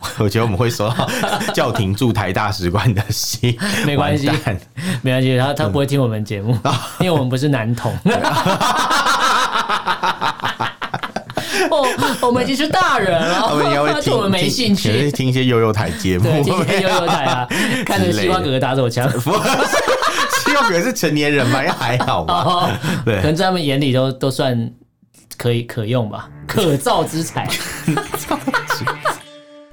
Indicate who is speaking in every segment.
Speaker 1: 我觉得我们会 收到叫停驻台大使馆的信，
Speaker 2: 没关系
Speaker 1: 完蛋
Speaker 2: 没关系，他他不会听我们节目，
Speaker 1: 嗯
Speaker 2: 因为我们不是 男同。
Speaker 1: 啊
Speaker 2: 哦，我们已经是大人了，
Speaker 1: 他们应该会
Speaker 2: 他对
Speaker 1: 听，
Speaker 2: 我们没兴
Speaker 1: 听可
Speaker 2: 趣
Speaker 1: 是。听一些悠悠台节目。
Speaker 2: 对，今天悠悠台啊，看着西瓜哥哥打手枪，
Speaker 1: 不是，西瓜哥是成年人嘛，也还好吧。
Speaker 2: 哦，可
Speaker 1: 对，
Speaker 2: 能在他们眼里都都算可以可用吧，可造 之材。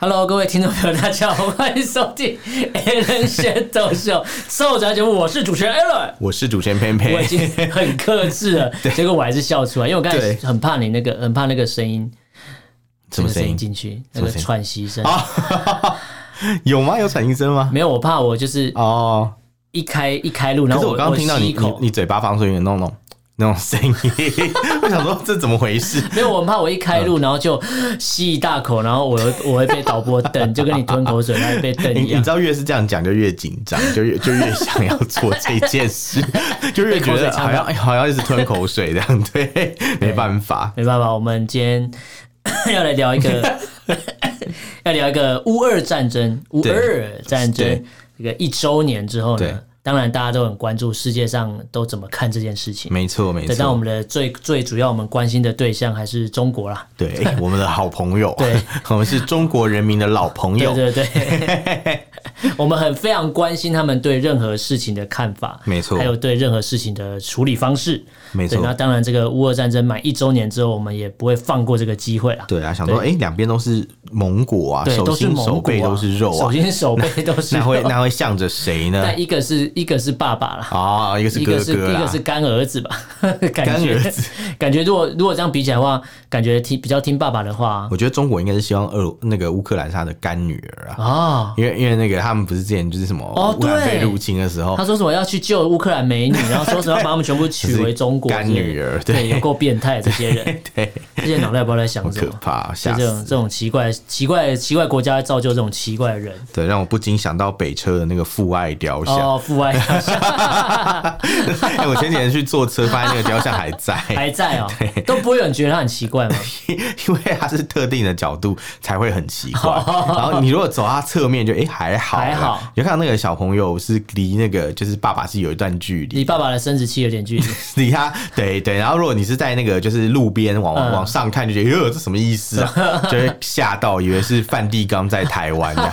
Speaker 2: Hello，各位听众朋友，大家好，欢迎收听 Alan 先斗秀受奖节目，我是主持人 Alan。
Speaker 1: 我是主持人偏
Speaker 2: 我已经
Speaker 1: 偏。
Speaker 2: 很克制了，结果我还是笑出来，因为我刚才
Speaker 1: 对
Speaker 2: 很怕你那个，很怕那个声音，
Speaker 1: 什么
Speaker 2: 那个
Speaker 1: 声
Speaker 2: 声音
Speaker 1: 音？
Speaker 2: 进去，那
Speaker 1: 么
Speaker 2: 个
Speaker 1: 声音啊
Speaker 2: 喘息声。
Speaker 1: 有吗？有喘音声吗？
Speaker 2: 没有，我怕我就是
Speaker 1: 哦，
Speaker 2: 一开一开路，然
Speaker 1: 可是
Speaker 2: 后
Speaker 1: 我刚刚听到
Speaker 2: 吸
Speaker 1: 你
Speaker 2: 一
Speaker 1: 你
Speaker 2: 口，
Speaker 1: 你嘴巴发出有那种那种声音， 我想说这怎么回事？
Speaker 2: 没有，我很怕我一开
Speaker 1: 嗯
Speaker 2: 路，然后就吸一大口，然后我又我会被导播瞪，就跟你吞口水然后被瞪
Speaker 1: 你
Speaker 2: 一
Speaker 1: 你
Speaker 2: 样
Speaker 1: 知。道越是这样讲就越紧张，就越就 越想要做这件事，就越觉得好像哎好像一直吞口水这样， 对，没办法。
Speaker 2: 没办法，我们今天 要来聊一 个，要聊一个乌俄战争，乌俄战争
Speaker 1: 对
Speaker 2: 这个一周年之后
Speaker 1: 对
Speaker 2: 呢，当然大家都很关注世界上都怎么看这件事情。
Speaker 1: 没错，没
Speaker 2: 对，但我
Speaker 1: 错，
Speaker 2: 们的最最主要我们关心的对象还是中国啦。
Speaker 1: 对，哎我们的好朋友，
Speaker 2: 对，
Speaker 1: 我们是中国人民的老朋友，
Speaker 2: 对对对， 我们很非常关心他们对任何事情的看法，
Speaker 1: 没错
Speaker 2: 还有对任何事情的处理方式。
Speaker 1: 没
Speaker 2: 对，那
Speaker 1: 错，
Speaker 2: 当然，这个乌俄战争满一周年之后，我们也不会放过这个机会啦。
Speaker 1: 对啊，想说
Speaker 2: 对
Speaker 1: 哎，两边都是蒙古啊，
Speaker 2: 对，
Speaker 1: 手
Speaker 2: 都是
Speaker 1: 心
Speaker 2: 蒙古、
Speaker 1: 手
Speaker 2: 啊，
Speaker 1: 背都是肉
Speaker 2: 手
Speaker 1: 啊，
Speaker 2: 心手背都 是
Speaker 1: 那会
Speaker 2: 肉。
Speaker 1: 那会向着谁呢？
Speaker 2: 但一个是一个是爸爸啦，
Speaker 1: 啊，一个是
Speaker 2: 一
Speaker 1: 哥
Speaker 2: 个是
Speaker 1: 哥
Speaker 2: 一个
Speaker 1: 啦
Speaker 2: 是，干儿子吧， 感
Speaker 1: 干
Speaker 2: 觉
Speaker 1: 儿子
Speaker 2: 感觉如果如果这样比起来的话，感觉听比较听爸爸的话
Speaker 1: 我觉得中国应该是希望俄那个乌克兰是他的干女儿啊，
Speaker 2: 啊。
Speaker 1: 因为因为那个他们不是之前就是什么
Speaker 2: 哦
Speaker 1: 乌克兰被
Speaker 2: 对
Speaker 1: 入侵的时候
Speaker 2: 他，说什么要去救乌克兰美女，然后说什么要把他们全部娶回中国，
Speaker 1: 干女儿
Speaker 2: 对，
Speaker 1: 对
Speaker 2: 有够变态这些人，
Speaker 1: 对，
Speaker 2: 这些脑袋不知道在想什
Speaker 1: 可
Speaker 2: 么。
Speaker 1: 怕，
Speaker 2: 就
Speaker 1: 吓
Speaker 2: 这种
Speaker 1: 死！
Speaker 2: 这种奇怪奇怪奇怪国家在造就这种奇怪的人
Speaker 1: 对，让我不禁想到北车的那个父爱雕像。
Speaker 2: 哦，父 爱
Speaker 1: 哎，我前几天去坐车，发现那个雕像还在，
Speaker 2: 还在哦，都不会有人觉得他很奇 怪吗？
Speaker 1: 因为它是特定的角度才会很奇怪。 然后你如果走它侧面就，哎还好啦，
Speaker 2: 哦还好
Speaker 1: 你就看到那个小朋友是离那个就是爸爸是有一段距
Speaker 2: 离
Speaker 1: 离，
Speaker 2: 爸爸的生殖器有点 距离，
Speaker 1: 离他对对。然后如果你是在那个就是路边往
Speaker 2: 嗯
Speaker 1: 往上看，就觉得哟这什么意思啊？就会吓到，以为是梵蒂冈在台湾这样。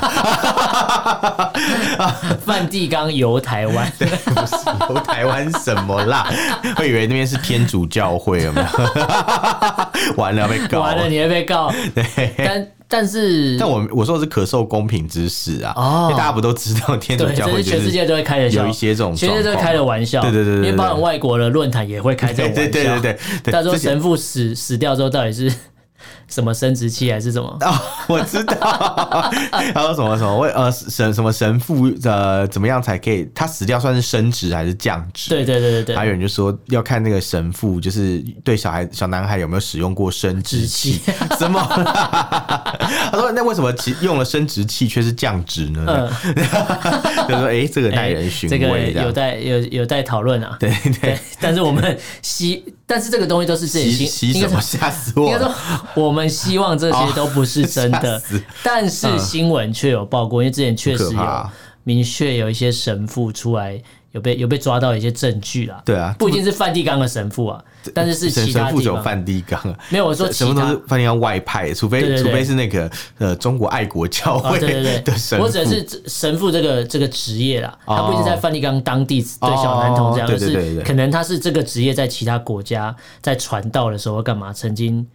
Speaker 2: 梵蒂冈游 台湾，
Speaker 1: 不是游台湾什么啦？ 会以为那边是天主教会，有没 有？完了被搞
Speaker 2: 完了你会被 告。但但是
Speaker 1: 啊但我我说的是可受公平之事啊，
Speaker 2: 哦
Speaker 1: 因为大家不都知道天主
Speaker 2: 对，
Speaker 1: 教
Speaker 2: 这
Speaker 1: 会就
Speaker 2: 是全世
Speaker 1: 是
Speaker 2: 界都会开的笑，
Speaker 1: 有一些这种
Speaker 2: 全世界都会
Speaker 1: 状况
Speaker 2: 开的玩笑，
Speaker 1: 对对对对对
Speaker 2: 因为包含外国的论坛也会开这
Speaker 1: 对
Speaker 2: 种玩
Speaker 1: 对
Speaker 2: 笑，
Speaker 1: 对对对对，
Speaker 2: 他说
Speaker 1: 之前
Speaker 2: 神父死死掉之后到底是什么生殖器还是什么？
Speaker 1: 哦，我知道， 还有什么什么为呃神什么神父呃怎么样才可以？他死掉算是升职还是降职？
Speaker 2: 对对对对
Speaker 1: 还
Speaker 2: 对，
Speaker 1: 有人就说要看那个神父，就是对小孩小男孩有没有使用过生殖器， 什么啦？他说那为什么其用了生殖器却是降脂呢？ 就说哎、诶这个耐人寻
Speaker 2: 嗯 这个
Speaker 1: 味这样。
Speaker 2: 有 待有有待讨论啊。对对，但是我们希，但是这个东西都是自己
Speaker 1: 洗
Speaker 2: 心，
Speaker 1: 洗
Speaker 2: 应
Speaker 1: 什
Speaker 2: 该
Speaker 1: 么？
Speaker 2: 是
Speaker 1: 吓死
Speaker 2: 应
Speaker 1: 我
Speaker 2: 该 说
Speaker 1: 了！，
Speaker 2: 我们希望这些都不是真的
Speaker 1: 哦吓死，
Speaker 2: 但是新闻却有报过，因为之前确实
Speaker 1: 很可
Speaker 2: 有
Speaker 1: 怕
Speaker 2: 明确有一些神父出来有被有被抓到一些证据啦。
Speaker 1: 对啊
Speaker 2: 不一定是梵蒂冈的神父啊，但是是
Speaker 1: 神
Speaker 2: 其他
Speaker 1: 神
Speaker 2: 地
Speaker 1: 父有
Speaker 2: 方。
Speaker 1: 梵蒂冈啊，
Speaker 2: 没有，我说其
Speaker 1: 什么都
Speaker 2: 他
Speaker 1: 是梵蒂冈外派，除非
Speaker 2: 对对对
Speaker 1: 除非是那个呃中国爱国教
Speaker 2: 啊，
Speaker 1: 会
Speaker 2: 对对
Speaker 1: 的
Speaker 2: 对，
Speaker 1: 神父，
Speaker 2: 我指的是这神父这个这个职业啦，他不一定在梵蒂冈当地对小男童这样，
Speaker 1: 哦
Speaker 2: 而
Speaker 1: 对对对
Speaker 2: 是
Speaker 1: 对
Speaker 2: 可能他是这个职业在其他国家在传道的时候干嘛，曾经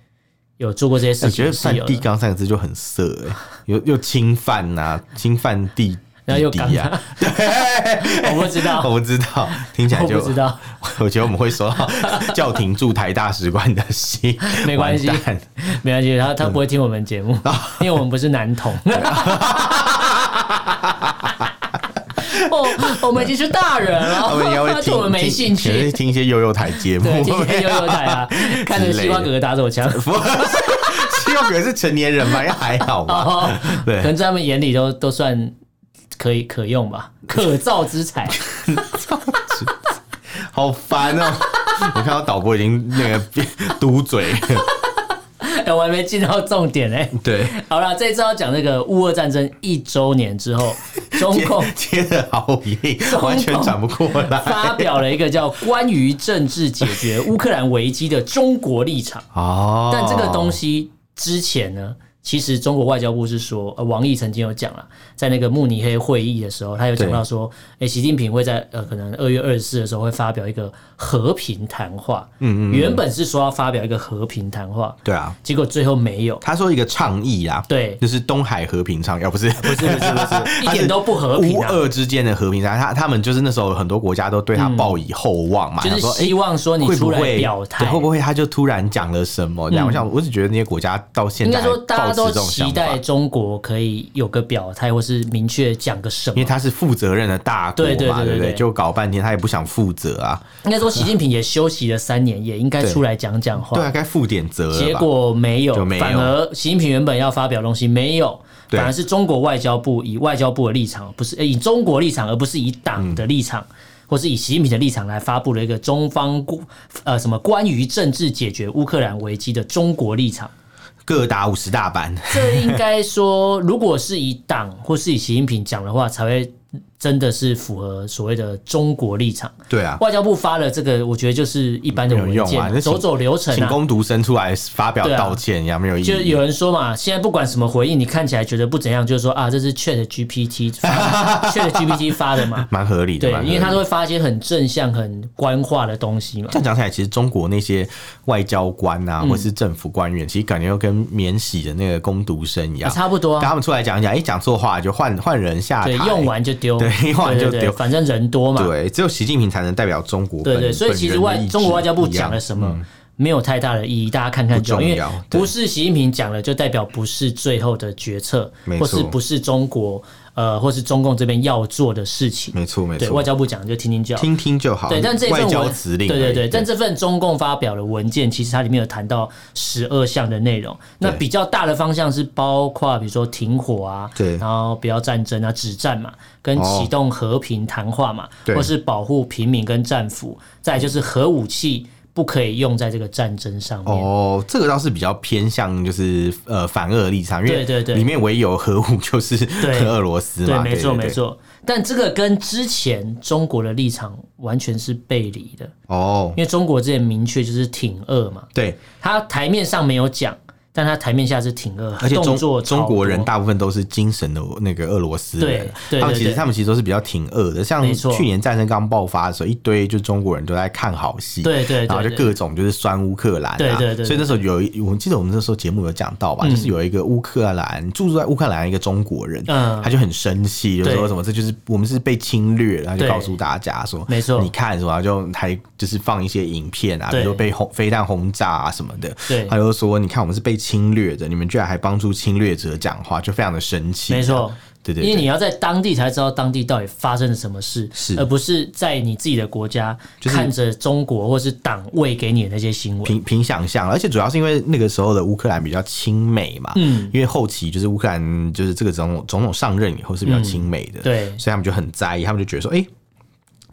Speaker 2: 有做过这些
Speaker 1: 我
Speaker 2: 事
Speaker 1: 哎觉得
Speaker 2: 情是
Speaker 1: 梵
Speaker 2: 有
Speaker 1: 蒂
Speaker 2: 的。
Speaker 1: 冈三个字就很色、欸，又又侵犯呐、侵犯地
Speaker 2: 然后又
Speaker 1: 弟
Speaker 2: 刚
Speaker 1: 弟呀、
Speaker 2: 他，
Speaker 1: 对，
Speaker 2: 我不 知道
Speaker 1: 我不知道，听起来
Speaker 2: 我
Speaker 1: 就
Speaker 2: 不知道，
Speaker 1: 我觉得我们会收 到叫停驻台大使馆的信，
Speaker 2: 没关系
Speaker 1: 完蛋
Speaker 2: 没关系，他他不会听我 们节目，因为我们不是男同。哦，我们已经是大人了，
Speaker 1: 他们应该会
Speaker 2: 哦他对
Speaker 1: 听，
Speaker 2: 我们没
Speaker 1: 听
Speaker 2: 兴
Speaker 1: 可能是
Speaker 2: 趣。
Speaker 1: 听一些悠悠台节目，
Speaker 2: 对，今 天悠悠台啊，看着西瓜哥哥打手枪，
Speaker 1: 不是，希望可能是成年人吧，应该还好吧？
Speaker 2: 哦，可
Speaker 1: 对，
Speaker 2: 能在他们眼里都都算可以可用吧， 可造之材。
Speaker 1: 好烦 哦、我看到导播已经那个嘟嘴，
Speaker 2: 哎，我还没进到重点哎。
Speaker 1: 对，
Speaker 2: 好了，这次要讲那个乌俄战争一周年之后，中
Speaker 1: 接
Speaker 2: 共
Speaker 1: 接的好硬，完全转不过 来。
Speaker 2: 发表了一个叫《关于政治解决乌克兰危机的中国立场》，
Speaker 1: 哦，
Speaker 2: 但这个东
Speaker 1: 西
Speaker 2: 西之前呢，其实中国外交部是说，呃，王毅曾经有讲了，在那个慕尼黑会议的时候，他有讲到说，诶，习近平会在呃，可能二月二十四的时候会发表一个和平谈话，嗯嗯，原本是说要发表一个和平谈话，
Speaker 1: 对啊，
Speaker 2: 结果最后没有，
Speaker 1: 他说一个倡议啦，
Speaker 2: 对
Speaker 1: 就是东海和平倡议，啊，不是，不 是，
Speaker 2: 是不是不是 一点都不和平
Speaker 1: 乌
Speaker 2: 啊。
Speaker 1: 俄之间的和平倡议，他他们就是那时候很多国家都对他抱以厚望嘛，
Speaker 2: 就
Speaker 1: 想
Speaker 2: 是
Speaker 1: 说哎
Speaker 2: 希望说你
Speaker 1: 会不
Speaker 2: 出来
Speaker 1: 会
Speaker 2: 表态，嗯
Speaker 1: 对会不会他就突然讲了什么？这样，我想，我只觉得那些国家到现
Speaker 2: 应
Speaker 1: 在
Speaker 2: 该
Speaker 1: 还
Speaker 2: 说，大家
Speaker 1: 抱持
Speaker 2: 都
Speaker 1: 这种
Speaker 2: 期
Speaker 1: 想
Speaker 2: 待
Speaker 1: 法，
Speaker 2: 中国可以有个表态，或是明确讲个什么
Speaker 1: 因为。他是负责任的大国嘛，
Speaker 2: 对对
Speaker 1: 对
Speaker 2: 对对
Speaker 1: 不
Speaker 2: 对
Speaker 1: 对？就搞半天，他也不想负责啊，
Speaker 2: 应该说，习近平也休息了三年，也应该出来讲讲
Speaker 1: 对
Speaker 2: 话。
Speaker 1: 啊，该负点责了吧
Speaker 2: 结果没有
Speaker 1: 就，没有
Speaker 2: 反而习近平原本要发表的东西没有，
Speaker 1: 对
Speaker 2: 反而是中国外交部以外交部的立场，不是呃以中国立场，而不是以党的立场。或是以习近平的立场来发布了一个中方关呃什么关于政治解决乌克兰危机的中国立场，
Speaker 1: 各打五十大板，
Speaker 2: 这应该说，如果是以党或是以习近平讲的话，才会真的是符合所谓的中国立场。
Speaker 1: 对啊。
Speaker 2: 外交部发了这个，我觉得就是一般的
Speaker 1: 没有
Speaker 2: 文
Speaker 1: 用
Speaker 2: 件，
Speaker 1: 啊那请
Speaker 2: 走走流程
Speaker 1: 请
Speaker 2: 啊。
Speaker 1: 攻读生出来发表
Speaker 2: 对啊
Speaker 1: 道歉，一样没有意义。
Speaker 2: 就有人说嘛，现在不管什么回应，你看起来觉得不怎样，就是说啊，这是 Chat GPT 发的，Chat GPT 发 的嘛。
Speaker 1: 蛮合理的，
Speaker 2: 对
Speaker 1: 蛮，合
Speaker 2: 因
Speaker 1: 理
Speaker 2: 为
Speaker 1: 的
Speaker 2: 他都会发一些很正向、很官话的东西嘛
Speaker 1: 这。样讲起来，其实中国那些外交官啊，
Speaker 2: 嗯
Speaker 1: 或是政府官员，其实感觉又跟免洗的那个攻读生一样，
Speaker 2: 差不多啊
Speaker 1: 跟他们出来讲一讲，一讲错话就换换人下台，
Speaker 2: 对，用完就丢，
Speaker 1: 对用完就
Speaker 2: 对对对
Speaker 1: 丢
Speaker 2: 反正人多嘛。
Speaker 1: 对，只有习近平才能代表中国本。
Speaker 2: 对对，所以其实
Speaker 1: 本人
Speaker 2: 外
Speaker 1: 的意志
Speaker 2: 中国外交部
Speaker 1: 一样嗯
Speaker 2: 讲了什么？没有太大的意义，大家看看就好，
Speaker 1: 不重
Speaker 2: 因为
Speaker 1: 要
Speaker 2: 不是习近平讲了，就代表不是最后的决策
Speaker 1: 没，
Speaker 2: 或
Speaker 1: 错
Speaker 2: 是不是中国呃，或是中共这边要做的事情。
Speaker 1: 没错没
Speaker 2: 对外
Speaker 1: 错，
Speaker 2: 交部讲就听听就好。
Speaker 1: 听听就好。
Speaker 2: 对，但这一份
Speaker 1: 哦外交
Speaker 2: 文
Speaker 1: 指令而
Speaker 2: 对
Speaker 1: 已，
Speaker 2: 对对，但这份中共发表的文件，其实它里面有谈到十二项的内容。那
Speaker 1: 对
Speaker 2: 比较大的方向是包括，比如说停火啊，
Speaker 1: 对
Speaker 2: 然后不要战争啊，止战嘛，跟
Speaker 1: 哦
Speaker 2: 启动和平谈话嘛，
Speaker 1: 对
Speaker 2: 或是保护平民跟战俘，再来就是核武器不可以用在这个战争上面。
Speaker 1: 哦，这个倒是比较偏向就是呃反俄立场，因为
Speaker 2: 对对对
Speaker 1: 里面唯有核武就是
Speaker 2: 对
Speaker 1: 俄罗斯
Speaker 2: 对，
Speaker 1: 嘛，
Speaker 2: 没错
Speaker 1: 对
Speaker 2: 没。错，但这个跟之前中国的立场完全是背离的，
Speaker 1: 对哦，
Speaker 2: 因为中国之前明确就是挺俄嘛，
Speaker 1: 对，
Speaker 2: 他台面上没有讲，但他台面下是挺恶，
Speaker 1: 而且
Speaker 2: 动作
Speaker 1: 中中
Speaker 2: 超多
Speaker 1: 国人大部分都是精神的那个俄罗斯人
Speaker 2: 对，对
Speaker 1: 他们
Speaker 2: 对
Speaker 1: 其实
Speaker 2: 对
Speaker 1: 他们其实都是比较挺恶的。像
Speaker 2: 没错
Speaker 1: 去年战争刚爆发的时候，一堆就中国人都在看好戏，
Speaker 2: 对对对
Speaker 1: 然后就
Speaker 2: 对
Speaker 1: 各种就是酸乌克兰、啊，
Speaker 2: 对对对对
Speaker 1: 所以那时候有一，我记得我们那时候节目有讲到吧，就是有一个乌克兰住在乌克兰一个中国人，
Speaker 2: 嗯
Speaker 1: 他就很生气，就说
Speaker 2: 对
Speaker 1: 什么这就是我们是被侵略，然后就
Speaker 2: 对
Speaker 1: 告诉大家说，
Speaker 2: 没错
Speaker 1: 你看什么就还就是放一些影片啊，比
Speaker 2: 对
Speaker 1: 如说被轰飞弹轰炸啊什么的，
Speaker 2: 对
Speaker 1: 他就说：“你看，我们是被侵略的，你们居然还帮助侵略者讲话，就非常的生气。”
Speaker 2: 没错，
Speaker 1: 对对
Speaker 2: 因为
Speaker 1: 对，
Speaker 2: 你要在当地才知道当地到底发生了什么事，
Speaker 1: 是
Speaker 2: 而不是在你自己的国家、
Speaker 1: 就是
Speaker 2: 看着中国或是党喂给你的那些新闻。
Speaker 1: 凭凭想象，而且主要是因为那个时候的乌克兰比较亲美嘛，嗯，因为后期就是乌克兰就是这个总统总统上任以后是比较亲美的，
Speaker 2: 嗯对
Speaker 1: 所以他们就很在意，他们就觉得说，哎、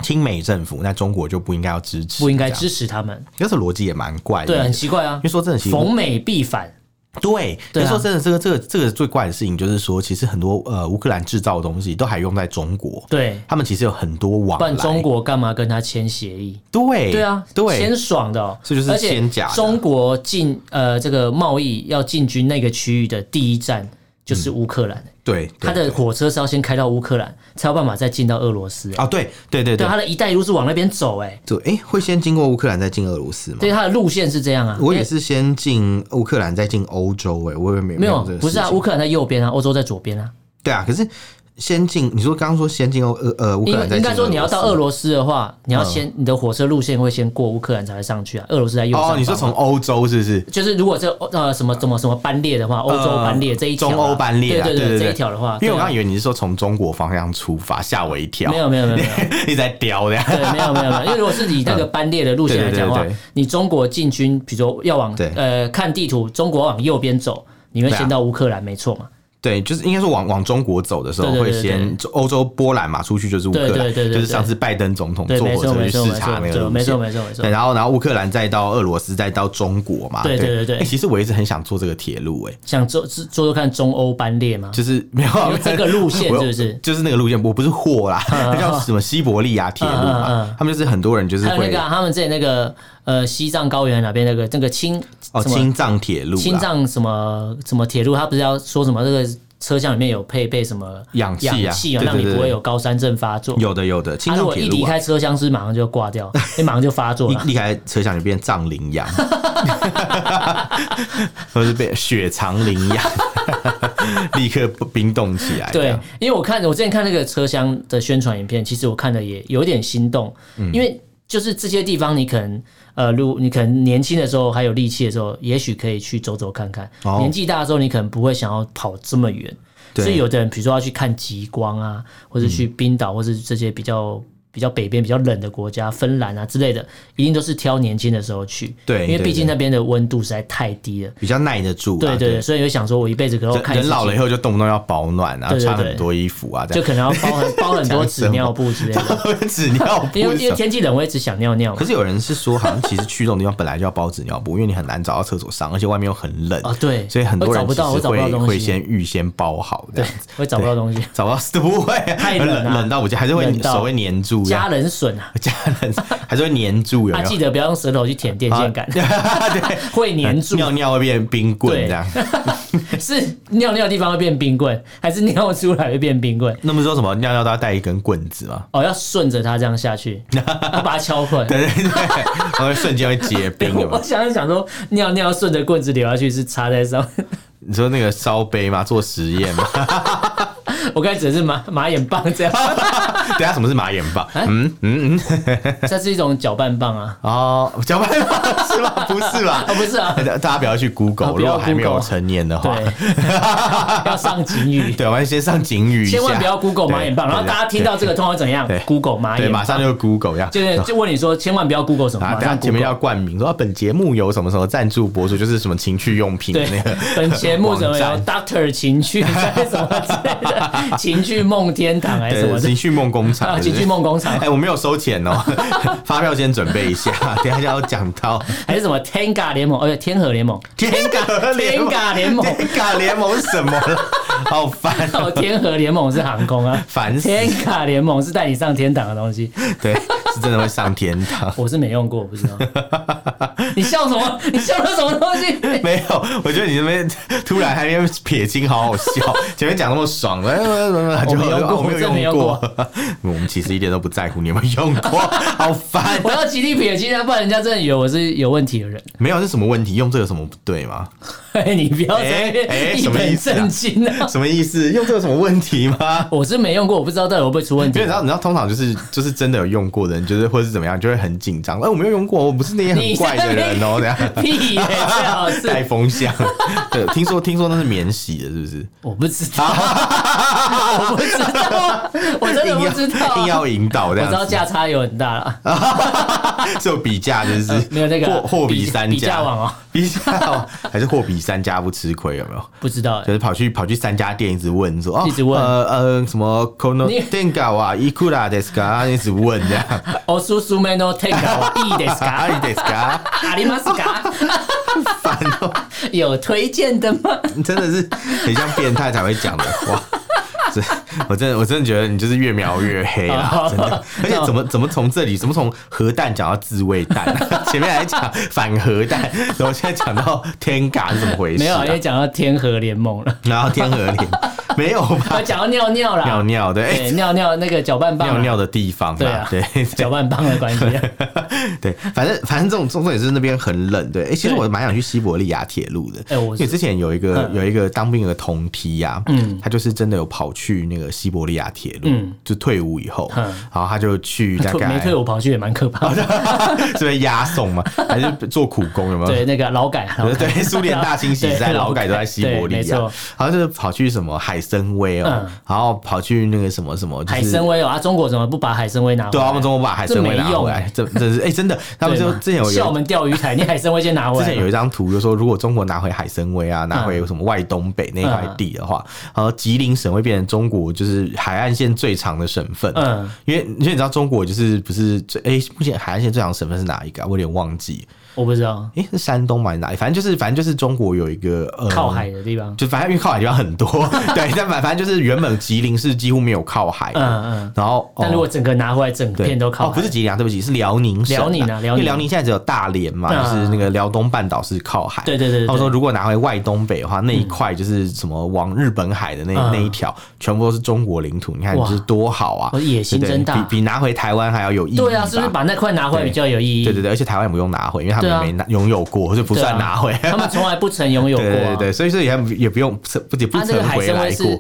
Speaker 1: 亲美政府，那中国就不应该要支持，
Speaker 2: 不应该
Speaker 1: 这样，
Speaker 2: 支持他们，
Speaker 1: 那时候逻辑也蛮怪的，
Speaker 2: 对，很奇怪啊
Speaker 1: 因为。说真的，其实
Speaker 2: 逢美必反，
Speaker 1: 对，
Speaker 2: 对
Speaker 1: 就
Speaker 2: 啊
Speaker 1: 说真的，这个这个这个最怪的事情就是说，其实很多呃乌克兰制造的东西都还用在中国，
Speaker 2: 对，
Speaker 1: 他们其实有很多往
Speaker 2: 不然
Speaker 1: 来，
Speaker 2: 中国干嘛跟他签协议？
Speaker 1: 对
Speaker 2: 对啊，
Speaker 1: 对
Speaker 2: 先，爽的哦，
Speaker 1: 这就是
Speaker 2: 而且
Speaker 1: 先假的
Speaker 2: 中国进呃这个贸易要进军那个区域的第一站就是乌克兰，
Speaker 1: 对，
Speaker 2: 他的火车是要先开到乌克兰，才有办法再进到俄罗斯、欸。
Speaker 1: 啊，对对对
Speaker 2: 对，
Speaker 1: 对
Speaker 2: 他的一带一路是往那边走、欸，哎，
Speaker 1: 对，哎，会先经过乌克兰再进俄罗斯吗？
Speaker 2: 对，他的路线是这样啊。
Speaker 1: 我也是先进乌克兰再进欧洲，哎，我也没
Speaker 2: 没有
Speaker 1: 这个，
Speaker 2: 不是啊，
Speaker 1: 事情
Speaker 2: 乌克兰在右边啊，欧洲在左边啊。
Speaker 1: 对啊，可是先进，你说刚刚说先进欧呃呃乌克
Speaker 2: 因为
Speaker 1: 兰再进俄罗斯，
Speaker 2: 应该说你要到俄罗斯的话，你要先你的火车路线会先过乌克兰才会上去啊，俄罗斯在右上
Speaker 1: 哦，
Speaker 2: 方
Speaker 1: 你说从欧洲是不是？
Speaker 2: 就是如果这呃什么怎么什么班列的话，欧洲班列这一条啊
Speaker 1: 中欧班列啊，
Speaker 2: 对
Speaker 1: 对
Speaker 2: 对，这一条的话，
Speaker 1: 因为我刚刚以
Speaker 2: 对
Speaker 1: 为
Speaker 2: 啊
Speaker 1: 你是说从中国方向出发，吓我一跳，
Speaker 2: 没有没有没有没有。
Speaker 1: 一直在叼的。
Speaker 2: 对，没有没有没有，因为如果是以那个班列的路线来讲的
Speaker 1: 对
Speaker 2: 话
Speaker 1: 对对对，
Speaker 2: 你中国进军，比如说要往
Speaker 1: 对
Speaker 2: 呃看地图，中国往右边走，你会
Speaker 1: 对啊
Speaker 2: 先到乌克兰，没错嘛？
Speaker 1: 对，就是应该说往往中国走的时候，
Speaker 2: 对对
Speaker 1: 会
Speaker 2: 对对
Speaker 1: 先欧洲波兰嘛，出去就是乌克
Speaker 2: 对对
Speaker 1: 兰，
Speaker 2: 对对
Speaker 1: 就是
Speaker 2: 对
Speaker 1: 上次拜登总统
Speaker 2: 对，
Speaker 1: 坐
Speaker 2: 没
Speaker 1: 火
Speaker 2: 错
Speaker 1: 车
Speaker 2: 没
Speaker 1: 去
Speaker 2: 错
Speaker 1: 视
Speaker 2: 没
Speaker 1: 察
Speaker 2: 错
Speaker 1: 那
Speaker 2: 没
Speaker 1: 个
Speaker 2: 错
Speaker 1: 路
Speaker 2: 没错
Speaker 1: 线。
Speaker 2: 没错没错
Speaker 1: 对，。然后然后乌克兰再到俄罗斯，再到中国嘛。
Speaker 2: 对对对对
Speaker 1: 欸其实我一直很想坐这个铁路，哎，
Speaker 2: 想做做做看中欧班列吗？
Speaker 1: 就是没有啊
Speaker 2: 你说这个路线
Speaker 1: 我
Speaker 2: 是不是
Speaker 1: 就是那个路线，我不是货啦， 那叫什么西伯利亚铁路
Speaker 2: 嗯嗯
Speaker 1: 嘛
Speaker 2: 嗯，
Speaker 1: 他们就是很多人就是
Speaker 2: 还有那
Speaker 1: 会
Speaker 2: 个啊他们之前那个呃西藏高原那边那个那个青
Speaker 1: 哦，
Speaker 2: 什么
Speaker 1: 青藏铁路啦，
Speaker 2: 青藏什么什么铁路，它不是要说什么这个车厢里面有配备什么
Speaker 1: 氧气啊
Speaker 2: 嘛
Speaker 1: 对对
Speaker 2: 让你
Speaker 1: 对
Speaker 2: 不会
Speaker 1: 对
Speaker 2: 有高山症发作。
Speaker 1: 有的有的
Speaker 2: 它
Speaker 1: 青
Speaker 2: 如
Speaker 1: 藏
Speaker 2: 果
Speaker 1: 铁
Speaker 2: 一
Speaker 1: 路
Speaker 2: 离
Speaker 1: 啊，
Speaker 2: 开车厢是马上就挂掉，你马上就发作
Speaker 1: 一
Speaker 2: 了。
Speaker 1: 离开车厢就变藏羚羊，或是被雪藏羚羊，立刻冰冻起来。这
Speaker 2: 对
Speaker 1: 样，
Speaker 2: 因为我看我之前看那个车厢的宣传影片，其实我看的也有点心动，
Speaker 1: 嗯
Speaker 2: 因为就是这些地方你可能呃，如你可能年轻的时候还有力气的时候，也许可以去走走看看。
Speaker 1: 哦
Speaker 2: 年纪大的时候，你可能不会想要跑这么远，
Speaker 1: 对
Speaker 2: 所以有的人比如说要去看极光啊，或者去冰岛，或是这些比较。比较北边比较冷的国家，芬兰啊之类的，一定都是挑年轻的时候去，
Speaker 1: 对
Speaker 2: 因为
Speaker 1: 对
Speaker 2: 毕竟
Speaker 1: 对
Speaker 2: 那边的温度实在太低了，
Speaker 1: 比较耐得住啊。
Speaker 2: 对对对，所以就想说，我一辈子可能要
Speaker 1: 人
Speaker 2: 看一
Speaker 1: 人
Speaker 2: 次
Speaker 1: 老
Speaker 2: 极
Speaker 1: 了以后就动不动要保暖啊，
Speaker 2: 对对
Speaker 1: 穿
Speaker 2: 对
Speaker 1: 很多衣服啊，这
Speaker 2: 就
Speaker 1: 样
Speaker 2: 可能要包很包很多纸尿布之类 的，
Speaker 1: 纸尿布
Speaker 2: 因为因
Speaker 1: 什
Speaker 2: 为
Speaker 1: 么。
Speaker 2: 天气冷，我一直想尿尿嘛
Speaker 1: 可。是有人是说，好像其实去这种地方本来就要包纸尿布，因为你很难找到厕所上，而且外面又很冷
Speaker 2: 哦对
Speaker 1: 所以很多人
Speaker 2: 我找不到
Speaker 1: 其实
Speaker 2: 我找不到
Speaker 1: 会
Speaker 2: 东西
Speaker 1: 会先预先包好这
Speaker 2: 对
Speaker 1: 样子，，
Speaker 2: 我也找不到东西，
Speaker 1: 找不到 是不会啊，
Speaker 2: 太冷了
Speaker 1: 冷到我觉得还是会
Speaker 2: 冷到
Speaker 1: 手会粘住这样，
Speaker 2: 加人笋啊，
Speaker 1: 家人还是会粘住，有
Speaker 2: 啊
Speaker 1: 没有？
Speaker 2: 记得不要用舌头去舔电线杆，会粘 住，
Speaker 1: 尿尿会变冰棍
Speaker 2: 对
Speaker 1: 这样。
Speaker 2: 是尿尿的地方会变冰棍，还是尿出来会变冰棍？
Speaker 1: 那不是说什么尿尿都要带一根棍子吗？
Speaker 2: 哦，要顺着它这样下去，要把它敲坏。
Speaker 1: 对对对，然后瞬间会结冰有没
Speaker 2: 我
Speaker 1: 有？
Speaker 2: 想一想说，尿尿顺着棍子流下去是插在上面，
Speaker 1: 你说那个烧杯吗？做实验 吗？
Speaker 2: 我刚才只是马马眼棒这样，
Speaker 1: 等一啊下什么是马眼棒？
Speaker 2: 啊
Speaker 1: 嗯嗯嗯，
Speaker 2: 这是一种搅拌棒啊，
Speaker 1: 哦，搅拌棒是吗？ 不是 吧
Speaker 2: 啊？不 是啊，
Speaker 1: 大家不要去 Google，
Speaker 2: 啊不
Speaker 1: 如
Speaker 2: 要
Speaker 1: 果还没有
Speaker 2: Google
Speaker 1: 成年的话，
Speaker 2: 对， 要上警语。
Speaker 1: 对，我们先上警语一下，
Speaker 2: 千万不要 Google
Speaker 1: 对
Speaker 2: 马眼棒，然后
Speaker 1: 对
Speaker 2: 大家听到这个通常会怎样
Speaker 1: 对
Speaker 2: ？Google 马
Speaker 1: 对，
Speaker 2: 眼
Speaker 1: 马
Speaker 2: 棒，
Speaker 1: 上就 Google 呀。
Speaker 2: 就是就问你说，千万不要 Google 什么，
Speaker 1: 啊，
Speaker 2: 马
Speaker 1: 等一下
Speaker 2: 上
Speaker 1: 前面
Speaker 2: Google。
Speaker 1: 要冠名说啊本节目有什么什么赞助博主，就是什么情趣用品的
Speaker 2: 对
Speaker 1: 那个，
Speaker 2: 本节目怎么有
Speaker 1: 网
Speaker 2: Doctor 情趣什么之类 的，情趣梦天堂还是什么
Speaker 1: 对，
Speaker 2: 的
Speaker 1: 情趣梦工厂，
Speaker 2: 啊，
Speaker 1: 对对
Speaker 2: 情趣梦工厂
Speaker 1: 哎、我没有收钱哦， 发票先准备一 下，等一下要讲到
Speaker 2: 还是什么 Tenga 联盟，哦，对，天河联盟，
Speaker 1: 天嘎
Speaker 2: 天
Speaker 1: 嘎
Speaker 2: 嘎联盟
Speaker 1: 天嘎联盟是什么了？ 好烦
Speaker 2: 哦，
Speaker 1: 哦，，
Speaker 2: 天河联盟是航空啊
Speaker 1: 烦死！
Speaker 2: Tenga 联盟是带你上天堂的东 西，
Speaker 1: 对，是真的会上天 堂。
Speaker 2: 我是没用过，我不知道。你笑什么？你笑的什么东西？
Speaker 1: 没有，我觉得你这边突然还没撇清，好好 笑。前面讲那么爽，哎
Speaker 2: 我没用过
Speaker 1: 我没
Speaker 2: 我真没
Speaker 1: 有用
Speaker 2: 用过
Speaker 1: 过。 我们其实一点都不在乎你有没有用 过，好烦
Speaker 2: 我。要极力撇清啊，不然人家真的以为我是有问题的人。
Speaker 1: 没有是什么问题？用这有什么不对 吗？
Speaker 2: 哎，你不要在
Speaker 1: 哎
Speaker 2: 那
Speaker 1: 哎
Speaker 2: 边一
Speaker 1: 什么意
Speaker 2: 本
Speaker 1: 思啊
Speaker 2: 正经啊！
Speaker 1: 什么意思？用这有什么问题吗？
Speaker 2: 我是没用过，我不知道到底会不会出问
Speaker 1: 因
Speaker 2: 题
Speaker 1: 为你知。道，你知道，通常就是就是真的有用过的人，就是或是怎么样，就会很紧张。哎、我没有用过，我不是那些很怪的人哦、这样
Speaker 2: 屁耶、最好
Speaker 1: 带
Speaker 2: 是
Speaker 1: 风 向。对，听说听说那是免洗的，是不是？
Speaker 2: 我不知道， 我不知道，我真的不知道、啊
Speaker 1: 硬要硬要引导
Speaker 2: 我
Speaker 1: 这
Speaker 2: 知道
Speaker 1: 样
Speaker 2: 价差有很大了，
Speaker 1: 子，就比价就是、
Speaker 2: 没有那个啊
Speaker 1: 货货比三
Speaker 2: 比
Speaker 1: 家
Speaker 2: 价网哦，
Speaker 1: 比价网 还是货比三家不吃亏有没有？
Speaker 2: 不知道、欸
Speaker 1: 就是跑去跑去三家店一直问说，哦，
Speaker 2: 一直问
Speaker 1: 呃呃什么 Kono
Speaker 2: 你
Speaker 1: Denga 啊 Ikura d e s k a 一直问这样，
Speaker 2: 哦，叔叔们都 take 我 E 的 s
Speaker 1: 啊
Speaker 2: a
Speaker 1: d e s k a
Speaker 2: 阿里马斯卡
Speaker 1: 烦哦。
Speaker 2: 有推荐的吗？
Speaker 1: 真的是很像变态才会讲的话。这我真的我真的觉得你就是越描越黑啦，
Speaker 2: 哦
Speaker 1: 真 的。而且怎么怎么从这里，怎么从核弹讲到自卫弹？啊 前面还讲反核弹，然后现在讲到天嘎是怎么回事、
Speaker 2: 没有
Speaker 1: 啊？
Speaker 2: 啊，因为讲到天河联盟了。
Speaker 1: 然后天河联，没有吧？
Speaker 2: 啊讲到尿尿啦，
Speaker 1: 尿尿的，哎
Speaker 2: 对，尿尿那个搅拌棒啊，
Speaker 1: 尿尿的地方
Speaker 2: 对
Speaker 1: 啦
Speaker 2: 啊，，
Speaker 1: 对
Speaker 2: 搅拌棒的关 系啊，
Speaker 1: 对，反正反正这种重点是那边很冷，对。哎、其实
Speaker 2: 对
Speaker 1: 我蛮想去西伯利亚铁路的，
Speaker 2: 哎我
Speaker 1: 因为之前有一个
Speaker 2: 嗯
Speaker 1: 有一个当兵有个同梯呀、嗯，他就是真的有跑去那个西伯利亚铁路，
Speaker 2: 嗯
Speaker 1: 就退伍以后，
Speaker 2: 嗯
Speaker 1: 然后他就去大
Speaker 2: 退
Speaker 1: 概
Speaker 2: 没退我跑去也蛮可怕的，
Speaker 1: 是被押送嘛，还是做苦工有没有？
Speaker 2: 对，那个劳改，劳
Speaker 1: 对
Speaker 2: 改
Speaker 1: 对，苏联大清洗时代，
Speaker 2: 对
Speaker 1: 劳改都在西伯利
Speaker 2: 对没
Speaker 1: 亚
Speaker 2: 错，
Speaker 1: 然后就是跑去什么海参崴哦
Speaker 2: 嗯，
Speaker 1: 然后跑去那个什么什么，就
Speaker 2: 海
Speaker 1: 是
Speaker 2: 参崴哦，啊，中国怎么不把海参崴拿回来？
Speaker 1: 对啊，他们中国把海参崴拿
Speaker 2: 这没用
Speaker 1: 回来，这这是哎真的，他们
Speaker 2: 对
Speaker 1: 就
Speaker 2: 嘛
Speaker 1: 之前有
Speaker 2: 笑我
Speaker 1: 有
Speaker 2: 们钓鱼台，你海参崴先拿回
Speaker 1: 之
Speaker 2: 来。
Speaker 1: 前有一张图，就说如果中国拿回海参崴
Speaker 2: 嗯
Speaker 1: 啊，拿回什么外东北那一块地的话，然后吉林省会变成中国就是海岸线最长的省份。
Speaker 2: 嗯
Speaker 1: 因为因为你知道中国就是不是最哎、目前海岸线最长的省份是哪一个、啊？我有点忘记，
Speaker 2: 我不知道
Speaker 1: 哎、是山东吗？还是哪里？反正就是反正就是中国有一个、呃、
Speaker 2: 靠海的地方，
Speaker 1: 就反正因为靠海地方很 多，对，但反反正就是原本吉林是几乎没有靠海的，
Speaker 2: 嗯嗯
Speaker 1: 然后
Speaker 2: 但
Speaker 1: 哦
Speaker 2: 如果整个拿回来，整
Speaker 1: 对，
Speaker 2: 片都靠
Speaker 1: 哦，
Speaker 2: 海
Speaker 1: 不是吉林啊，对不起，是辽宁省、
Speaker 2: 辽宁啊辽
Speaker 1: 因
Speaker 2: 宁
Speaker 1: 为辽宁现在只有大连嘛，
Speaker 2: 嗯
Speaker 1: 就是那个辽东半岛是靠海，
Speaker 2: 对对对对
Speaker 1: 他们说如果拿回外东北的话，那一块就是什么往日本海的那、
Speaker 2: 嗯
Speaker 1: 那一条，全部都是中国领土，你看
Speaker 2: 哇
Speaker 1: 就是多好啊，
Speaker 2: 我野心
Speaker 1: 对不对
Speaker 2: 真大
Speaker 1: 比比拿回台湾还要有意义吧，
Speaker 2: 对啊，是不是把那块拿回来比较有意义？啊
Speaker 1: 对对对，而且台湾也不用拿回，因为他们
Speaker 2: 对
Speaker 1: 也
Speaker 2: 啊
Speaker 1: 没拿拥有过，就不
Speaker 2: 对啊
Speaker 1: 算拿回。
Speaker 2: 他们从来不曾拥有过
Speaker 1: 对对对
Speaker 2: 啊。
Speaker 1: 对，所以说也也不用不也不
Speaker 2: 他那
Speaker 1: 曾
Speaker 2: 个海
Speaker 1: 回
Speaker 2: 参
Speaker 1: 来
Speaker 2: 崴
Speaker 1: 过
Speaker 2: 是，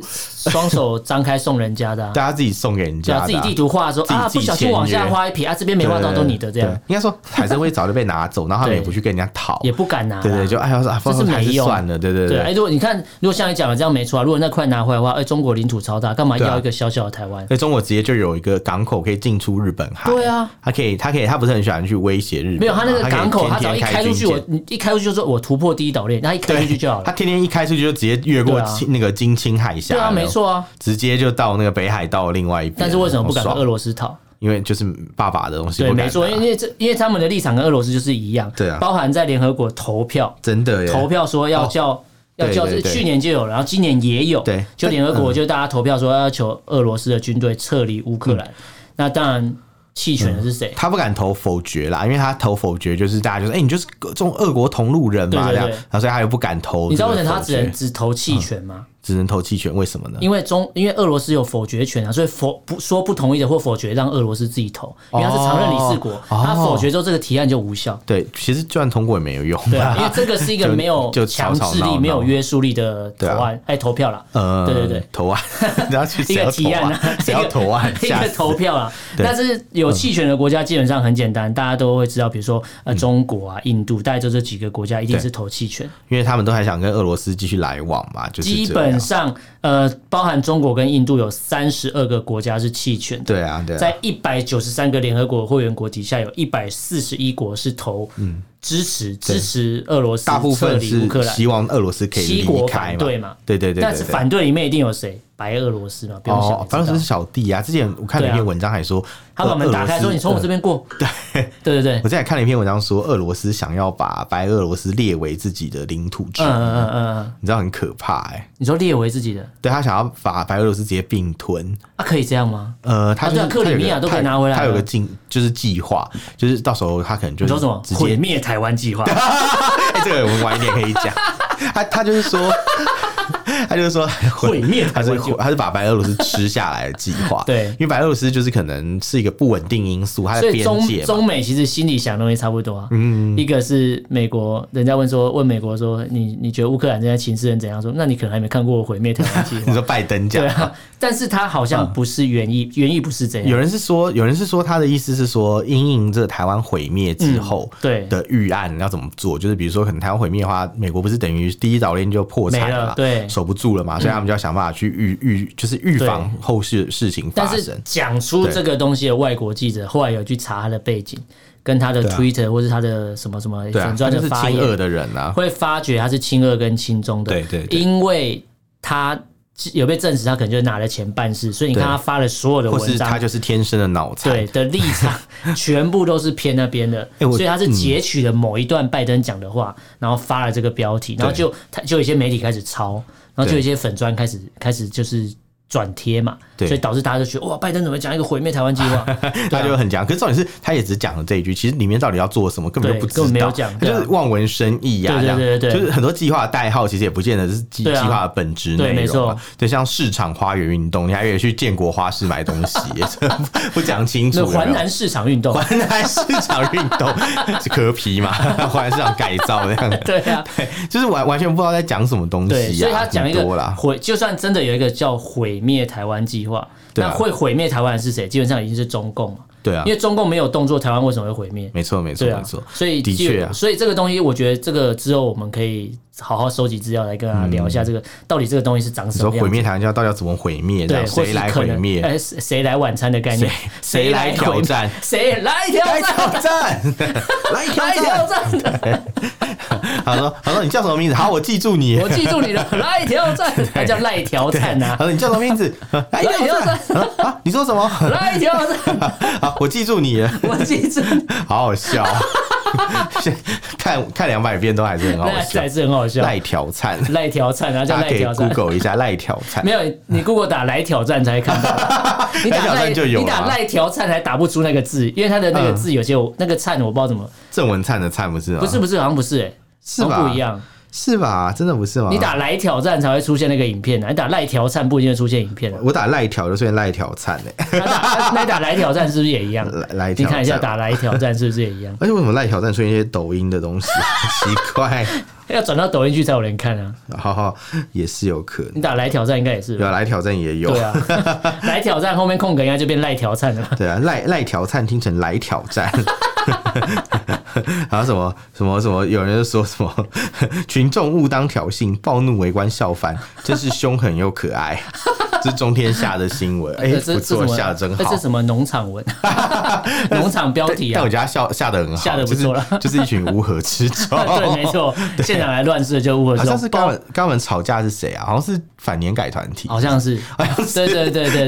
Speaker 2: 双手张开送人家的 啊，
Speaker 1: 大家自己送给人家
Speaker 2: 对
Speaker 1: 的
Speaker 2: 啊，
Speaker 1: 啊，
Speaker 2: 自己地图画说
Speaker 1: 自己
Speaker 2: 啊，
Speaker 1: 自己
Speaker 2: 不小心
Speaker 1: 签
Speaker 2: 往下
Speaker 1: 约
Speaker 2: 画一撇啊，这边没画到都你的这
Speaker 1: 对
Speaker 2: 样，
Speaker 1: 应该说海参崴早就被拿走，然后他们也
Speaker 2: 对
Speaker 1: 不去跟人家讨，
Speaker 2: 也不敢拿。
Speaker 1: 对对，就。哎呀，啊
Speaker 2: 这是
Speaker 1: 还
Speaker 2: 没
Speaker 1: 是
Speaker 2: 用
Speaker 1: 算了，对对
Speaker 2: 对，哎，。如果你看，如果像你讲的这样没错啊，如果那块拿回来的话，哎，中国领土超大，干嘛
Speaker 1: 对啊
Speaker 2: 要一个小小的台湾？
Speaker 1: 所以中国直接就有一个港口可以进出日本海，
Speaker 2: 对啊，
Speaker 1: 他可以，他可以，他不是很喜欢去威胁日本嘛，
Speaker 2: 没有，他那个
Speaker 1: 可以
Speaker 2: 港口，他
Speaker 1: 天
Speaker 2: 只要
Speaker 1: 天
Speaker 2: 一开出去，
Speaker 1: 军
Speaker 2: 我
Speaker 1: 舰
Speaker 2: 你一开出去就说我突破第一岛链，他一开
Speaker 1: 对
Speaker 2: 出去就好
Speaker 1: 他
Speaker 2: 了。
Speaker 1: 天天一开出去就直接越过
Speaker 2: 对啊
Speaker 1: 青那个金青海峡，
Speaker 2: 对啊，
Speaker 1: 有
Speaker 2: 没
Speaker 1: 有，
Speaker 2: 错啊。
Speaker 1: 直接就到那个北海道另外一边。
Speaker 2: 但是为什么不敢
Speaker 1: 好
Speaker 2: 跟
Speaker 1: 爽
Speaker 2: 俄罗斯讨？
Speaker 1: 因为就是爸爸的东西
Speaker 2: 对，
Speaker 1: 不敢拿，
Speaker 2: 没错，因为这因为他们的立场跟俄罗斯就是一样，
Speaker 1: 对啊
Speaker 2: 包含在联合国投票，
Speaker 1: 真的耶，
Speaker 2: 投票说要叫。要
Speaker 1: 哦对
Speaker 2: 叫
Speaker 1: 对
Speaker 2: 这
Speaker 1: 对
Speaker 2: 去年就有，然后今年也有，
Speaker 1: 对嗯
Speaker 2: 就联合国就大家投票说要求俄罗斯的军队撤离乌克
Speaker 1: 嗯
Speaker 2: 兰。那当然弃权的是谁？
Speaker 1: 他不敢投否决啦，因为他投否决就是大家就说，哎、你就是中俄国同路人嘛，
Speaker 2: 对对
Speaker 1: 这
Speaker 2: 对
Speaker 1: 样，然后所以他又不敢投这个否决。
Speaker 2: 你知道为什么他只能只投弃权吗？
Speaker 1: 只能投弃权？为什么呢？
Speaker 2: 因为中因为俄罗斯有否决权啊，所以否不说不同意的或否决，让俄罗斯自己投，
Speaker 1: 哦
Speaker 2: 因为他是常任理事国，他否决之后这个提案就无效。
Speaker 1: 对，其实就算通过也没有用。
Speaker 2: 对啊，因为这个是一个
Speaker 1: 就
Speaker 2: 没有
Speaker 1: 就吵
Speaker 2: 强
Speaker 1: 吵
Speaker 2: 制
Speaker 1: 闹
Speaker 2: 力、
Speaker 1: 闹
Speaker 2: 没有约束力的投
Speaker 1: 对啊
Speaker 2: 案，哎，投票啦。
Speaker 1: 呃，
Speaker 2: 对对对，
Speaker 1: 投 案，你要去
Speaker 2: 一
Speaker 1: 谁
Speaker 2: 个
Speaker 1: 要
Speaker 2: 提
Speaker 1: 投
Speaker 2: 案
Speaker 1: 案
Speaker 2: 啊，
Speaker 1: 谁要投 案？
Speaker 2: 一
Speaker 1: 吓
Speaker 2: 个
Speaker 1: 死
Speaker 2: 投票啊。
Speaker 1: 对
Speaker 2: 但是有弃权的国家基本上很简单，大家都会知道，比如说呃中国啊、印度，大概就这几个国家一
Speaker 1: 嗯
Speaker 2: 定
Speaker 1: 对
Speaker 2: 是投弃权。
Speaker 1: 因为他们都还想跟俄罗斯继续来往嘛，就是
Speaker 2: 基
Speaker 1: 这
Speaker 2: 本
Speaker 1: 样
Speaker 2: 上呃，包含中国跟印度有三十二个国家是弃权的。
Speaker 1: 对啊，对啊，
Speaker 2: 在一百九十三个联合国会员国底下，有一百四十一国是投支持支持俄罗斯
Speaker 1: 嗯大部
Speaker 2: 撤
Speaker 1: 分
Speaker 2: 离乌
Speaker 1: 是
Speaker 2: 克兰，
Speaker 1: 希望俄罗斯可以
Speaker 2: 七国
Speaker 1: 离开
Speaker 2: 反对嘛
Speaker 1: 对对对对，
Speaker 2: 但是
Speaker 1: 对
Speaker 2: 反对里面一定有谁？白俄罗斯嘛，不用想
Speaker 1: 哦，，俄罗
Speaker 2: 你知道
Speaker 1: 斯是小弟啊。之前我看了一
Speaker 2: 对
Speaker 1: 篇
Speaker 2: 啊
Speaker 1: 文章，还说
Speaker 2: 他把门打开说：“你从我这
Speaker 1: 边。
Speaker 2: 边过。” 对对对
Speaker 1: 呃我之前看了一篇文章，说俄罗斯想要把白俄罗斯列为自己的领土之一，
Speaker 2: 嗯嗯嗯嗯嗯，
Speaker 1: 你知道很可怕哎、
Speaker 2: 你说列为自己的，
Speaker 1: 对他想要把白俄罗斯直接并吞，
Speaker 2: 啊，可以这样吗？
Speaker 1: 呃，他
Speaker 2: 啊
Speaker 1: 就是、
Speaker 2: 对啊克里米亚
Speaker 1: 他有个
Speaker 2: 都可以拿回来
Speaker 1: 他有个
Speaker 2: 了
Speaker 1: 计就是计划，就是到时候他可能就
Speaker 2: 你
Speaker 1: 是
Speaker 2: 说什么？
Speaker 1: 直
Speaker 2: 毁
Speaker 1: 接，
Speaker 2: 灭台湾计划？
Speaker 1: 哎、这个我们晚一点可以讲。 他他就是说，他就是说
Speaker 2: 毁灭
Speaker 1: 他
Speaker 2: 台
Speaker 1: 是
Speaker 2: 湾计划
Speaker 1: 他是把白俄罗斯吃下来的计划。
Speaker 2: 对
Speaker 1: 因为白俄罗斯就是可能是一个不稳定因素，它
Speaker 2: 所
Speaker 1: 的
Speaker 2: 以
Speaker 1: 边
Speaker 2: 中
Speaker 1: 界嘛。
Speaker 2: 中美其实心里想的东西差不多啊。嗯，一个是美国，人家问说问美国说你你觉得乌克兰现在情势人怎样？说那你可能还没看过毁灭台湾计
Speaker 1: 你
Speaker 2: 划。
Speaker 1: 说拜登讲
Speaker 2: 对，啊，但是他好像不是原意，原意不是这
Speaker 1: 嗯有
Speaker 2: 样。
Speaker 1: 人是说，有人是说他的意思是说，因应这台湾毁灭之后
Speaker 2: 嗯对
Speaker 1: 的预案要怎么做？就是比如说，可能台湾毁灭的话，美国不是等于第一岛链就破产
Speaker 2: 没
Speaker 1: 了嘛
Speaker 2: 了对嗯
Speaker 1: 守不住了嘛，所以他们就要想办法去预预，就是预防后续的事情
Speaker 2: 但
Speaker 1: 发
Speaker 2: 是
Speaker 1: 生。
Speaker 2: 讲出这个东西的外国记者，后来有去查他的背景，跟他的
Speaker 1: 对啊
Speaker 2: Twitter 或是他的什么什么
Speaker 1: 对啊他
Speaker 2: 粉，砖
Speaker 1: 就
Speaker 2: 的
Speaker 1: 是
Speaker 2: 发言
Speaker 1: 亲，俄的人啊，
Speaker 2: 会发觉他是亲俄跟亲中的，
Speaker 1: 对对对
Speaker 2: 因为他有被证实，他可能就拿了钱办事，所以你看
Speaker 1: 对
Speaker 2: 他发了所有的
Speaker 1: 或是
Speaker 2: 文
Speaker 1: 他
Speaker 2: 章，
Speaker 1: 就是天生的脑残
Speaker 2: 对。的立场全部都是偏那边的，
Speaker 1: 哎哎我
Speaker 2: 所以他是截取了某一段拜登讲的话，然后发了这个标题，然后就他就有一些媒体开始抄，然后就有一些粉砖开始开始就是转贴嘛，
Speaker 1: 对
Speaker 2: 所以导致大家就觉得哇，拜登怎么讲一个毁灭台湾计划？
Speaker 1: 他就很讲，可是重点是他也只讲了这一句，其实里面到底要做什么根本就
Speaker 2: 啊对
Speaker 1: 不知道，
Speaker 2: 根本没有讲
Speaker 1: 他就
Speaker 2: 对
Speaker 1: 是
Speaker 2: 啊
Speaker 1: 望文生义呀、
Speaker 2: 对对
Speaker 1: 这样
Speaker 2: 对对对
Speaker 1: 就是很多计划的代号其实也不见得是计计
Speaker 2: 对啊
Speaker 1: 划的本质内容、
Speaker 2: 对
Speaker 1: 啊
Speaker 2: 没错，
Speaker 1: 对，像市场花园运动，你还以为去建国花市买东西，这 不讲清楚
Speaker 2: 那
Speaker 1: 有没有
Speaker 2: 环南市场运动，
Speaker 1: 环南市场运动是壳皮嘛？环南市场改造这样，
Speaker 2: 对啊，
Speaker 1: 就是完完全不知道在讲什么东西、啊。
Speaker 2: 对，所以他讲一
Speaker 1: 很多
Speaker 2: 个
Speaker 1: 啦，
Speaker 2: 毁，就算真的有一个叫毁灭台湾计划，
Speaker 1: 对啊
Speaker 2: 那会毁灭台湾的是谁？基本上已经是中共嘛，
Speaker 1: 对啊
Speaker 2: 因，为中共没有动作，台湾为什么会毁灭？
Speaker 1: 没错没错
Speaker 2: 对
Speaker 1: 没
Speaker 2: 啊
Speaker 1: 错，，
Speaker 2: 所以
Speaker 1: 的
Speaker 2: 就
Speaker 1: 确啊
Speaker 2: 所以这个东西，我觉得这个之后我们可以好好收集资料来跟大家聊一下，这个、到底这个东西是
Speaker 1: 嗯
Speaker 2: 长
Speaker 1: 你
Speaker 2: 什
Speaker 1: 说
Speaker 2: 么样
Speaker 1: 毁
Speaker 2: 子。
Speaker 1: 灭台湾教到底要怎么毁灭？这
Speaker 2: 对，
Speaker 1: 样
Speaker 2: 或
Speaker 1: 谁
Speaker 2: 是
Speaker 1: 来
Speaker 2: 可
Speaker 1: 毁
Speaker 2: 能
Speaker 1: 灭？
Speaker 2: 呃，谁谁来晚餐的概念？
Speaker 1: 谁来
Speaker 2: 毁
Speaker 1: 挑战？
Speaker 2: 谁来挑
Speaker 1: 来挑
Speaker 2: 战？
Speaker 1: 战，来挑
Speaker 2: 来挑
Speaker 1: 战。
Speaker 2: 战的！
Speaker 1: 他说：“他说你叫什么名字？好，我记住你。
Speaker 2: 我记住 你了，来挑战，他叫赖挑战呐
Speaker 1: 他，说你叫什么名 字？来
Speaker 2: 来挑战，
Speaker 1: 啊！你说什么？
Speaker 2: 来挑战，
Speaker 1: 好，我记住你了，
Speaker 2: 我记住你，
Speaker 1: 好好笑。 看看两百遍都还是很好
Speaker 2: 那
Speaker 1: 笑
Speaker 2: 还。是很好笑。
Speaker 1: 赖挑战，
Speaker 2: 赖挑战，然后叫
Speaker 1: 大家
Speaker 2: 赖
Speaker 1: 可以
Speaker 2: 挑战。
Speaker 1: Google 一下赖挑战
Speaker 2: 没。有，你 Google 打来挑战才 看到，你
Speaker 1: 来
Speaker 2: 打
Speaker 1: 挑战
Speaker 2: 赖
Speaker 1: 就有
Speaker 2: 你打
Speaker 1: 了啊
Speaker 2: 赖挑战还打不出那个字，因为它的那个
Speaker 1: 嗯
Speaker 2: 字有些我那个灿我不知道怎么，
Speaker 1: 郑文灿的灿不是吗？
Speaker 2: 不是不是，好像不是哎、
Speaker 1: 是
Speaker 2: 好像
Speaker 1: 吧？啊
Speaker 2: 不一，样，
Speaker 1: 是吧？真的不是吗？
Speaker 2: 你打来挑战才会出现那个影片啊，你打赖挑战不一定会出现影片啊。
Speaker 1: 我打赖挑就出现赖挑灿哎，
Speaker 2: 那打那打来挑战是不是也一 样？
Speaker 1: 来来
Speaker 2: 你
Speaker 1: 挑
Speaker 2: 看一下
Speaker 1: 战。
Speaker 2: 打来挑战是不是也一样？
Speaker 1: 而且哎为什么赖挑战出现一些抖音的东西？ 奇怪，
Speaker 2: 要转到抖音去才有人看啊！
Speaker 1: 好好也是有可能
Speaker 2: 你。打来挑战应该也是
Speaker 1: 有
Speaker 2: 吧，
Speaker 1: 啊来挑战也有，
Speaker 2: 对啊，来挑战后面空格应该就变赖挑战了。
Speaker 1: 对啊，赖赖挑战听成来挑战。 还有什么什么什么？有人就说什么 群众勿当挑衅，暴怒围观笑翻，真是凶狠又可爱。 这是中天下的新闻，哎、
Speaker 2: 这
Speaker 1: 不
Speaker 2: 这
Speaker 1: 错，
Speaker 2: 这什么哎
Speaker 1: 下的真
Speaker 2: 这
Speaker 1: 好
Speaker 2: 是。什么农 场文？农场标题
Speaker 1: 但
Speaker 2: 啊
Speaker 1: 我！觉得他笑下的很好，
Speaker 2: 下得不错了
Speaker 1: 就是，就是一群乌合之 众。
Speaker 2: 对，没。错，现场来乱世的就乌合
Speaker 1: 哦好
Speaker 2: 之众
Speaker 1: 像是跟他们跟他们吵架是谁啊？好像是反年改团体，
Speaker 2: 好像是，对对对对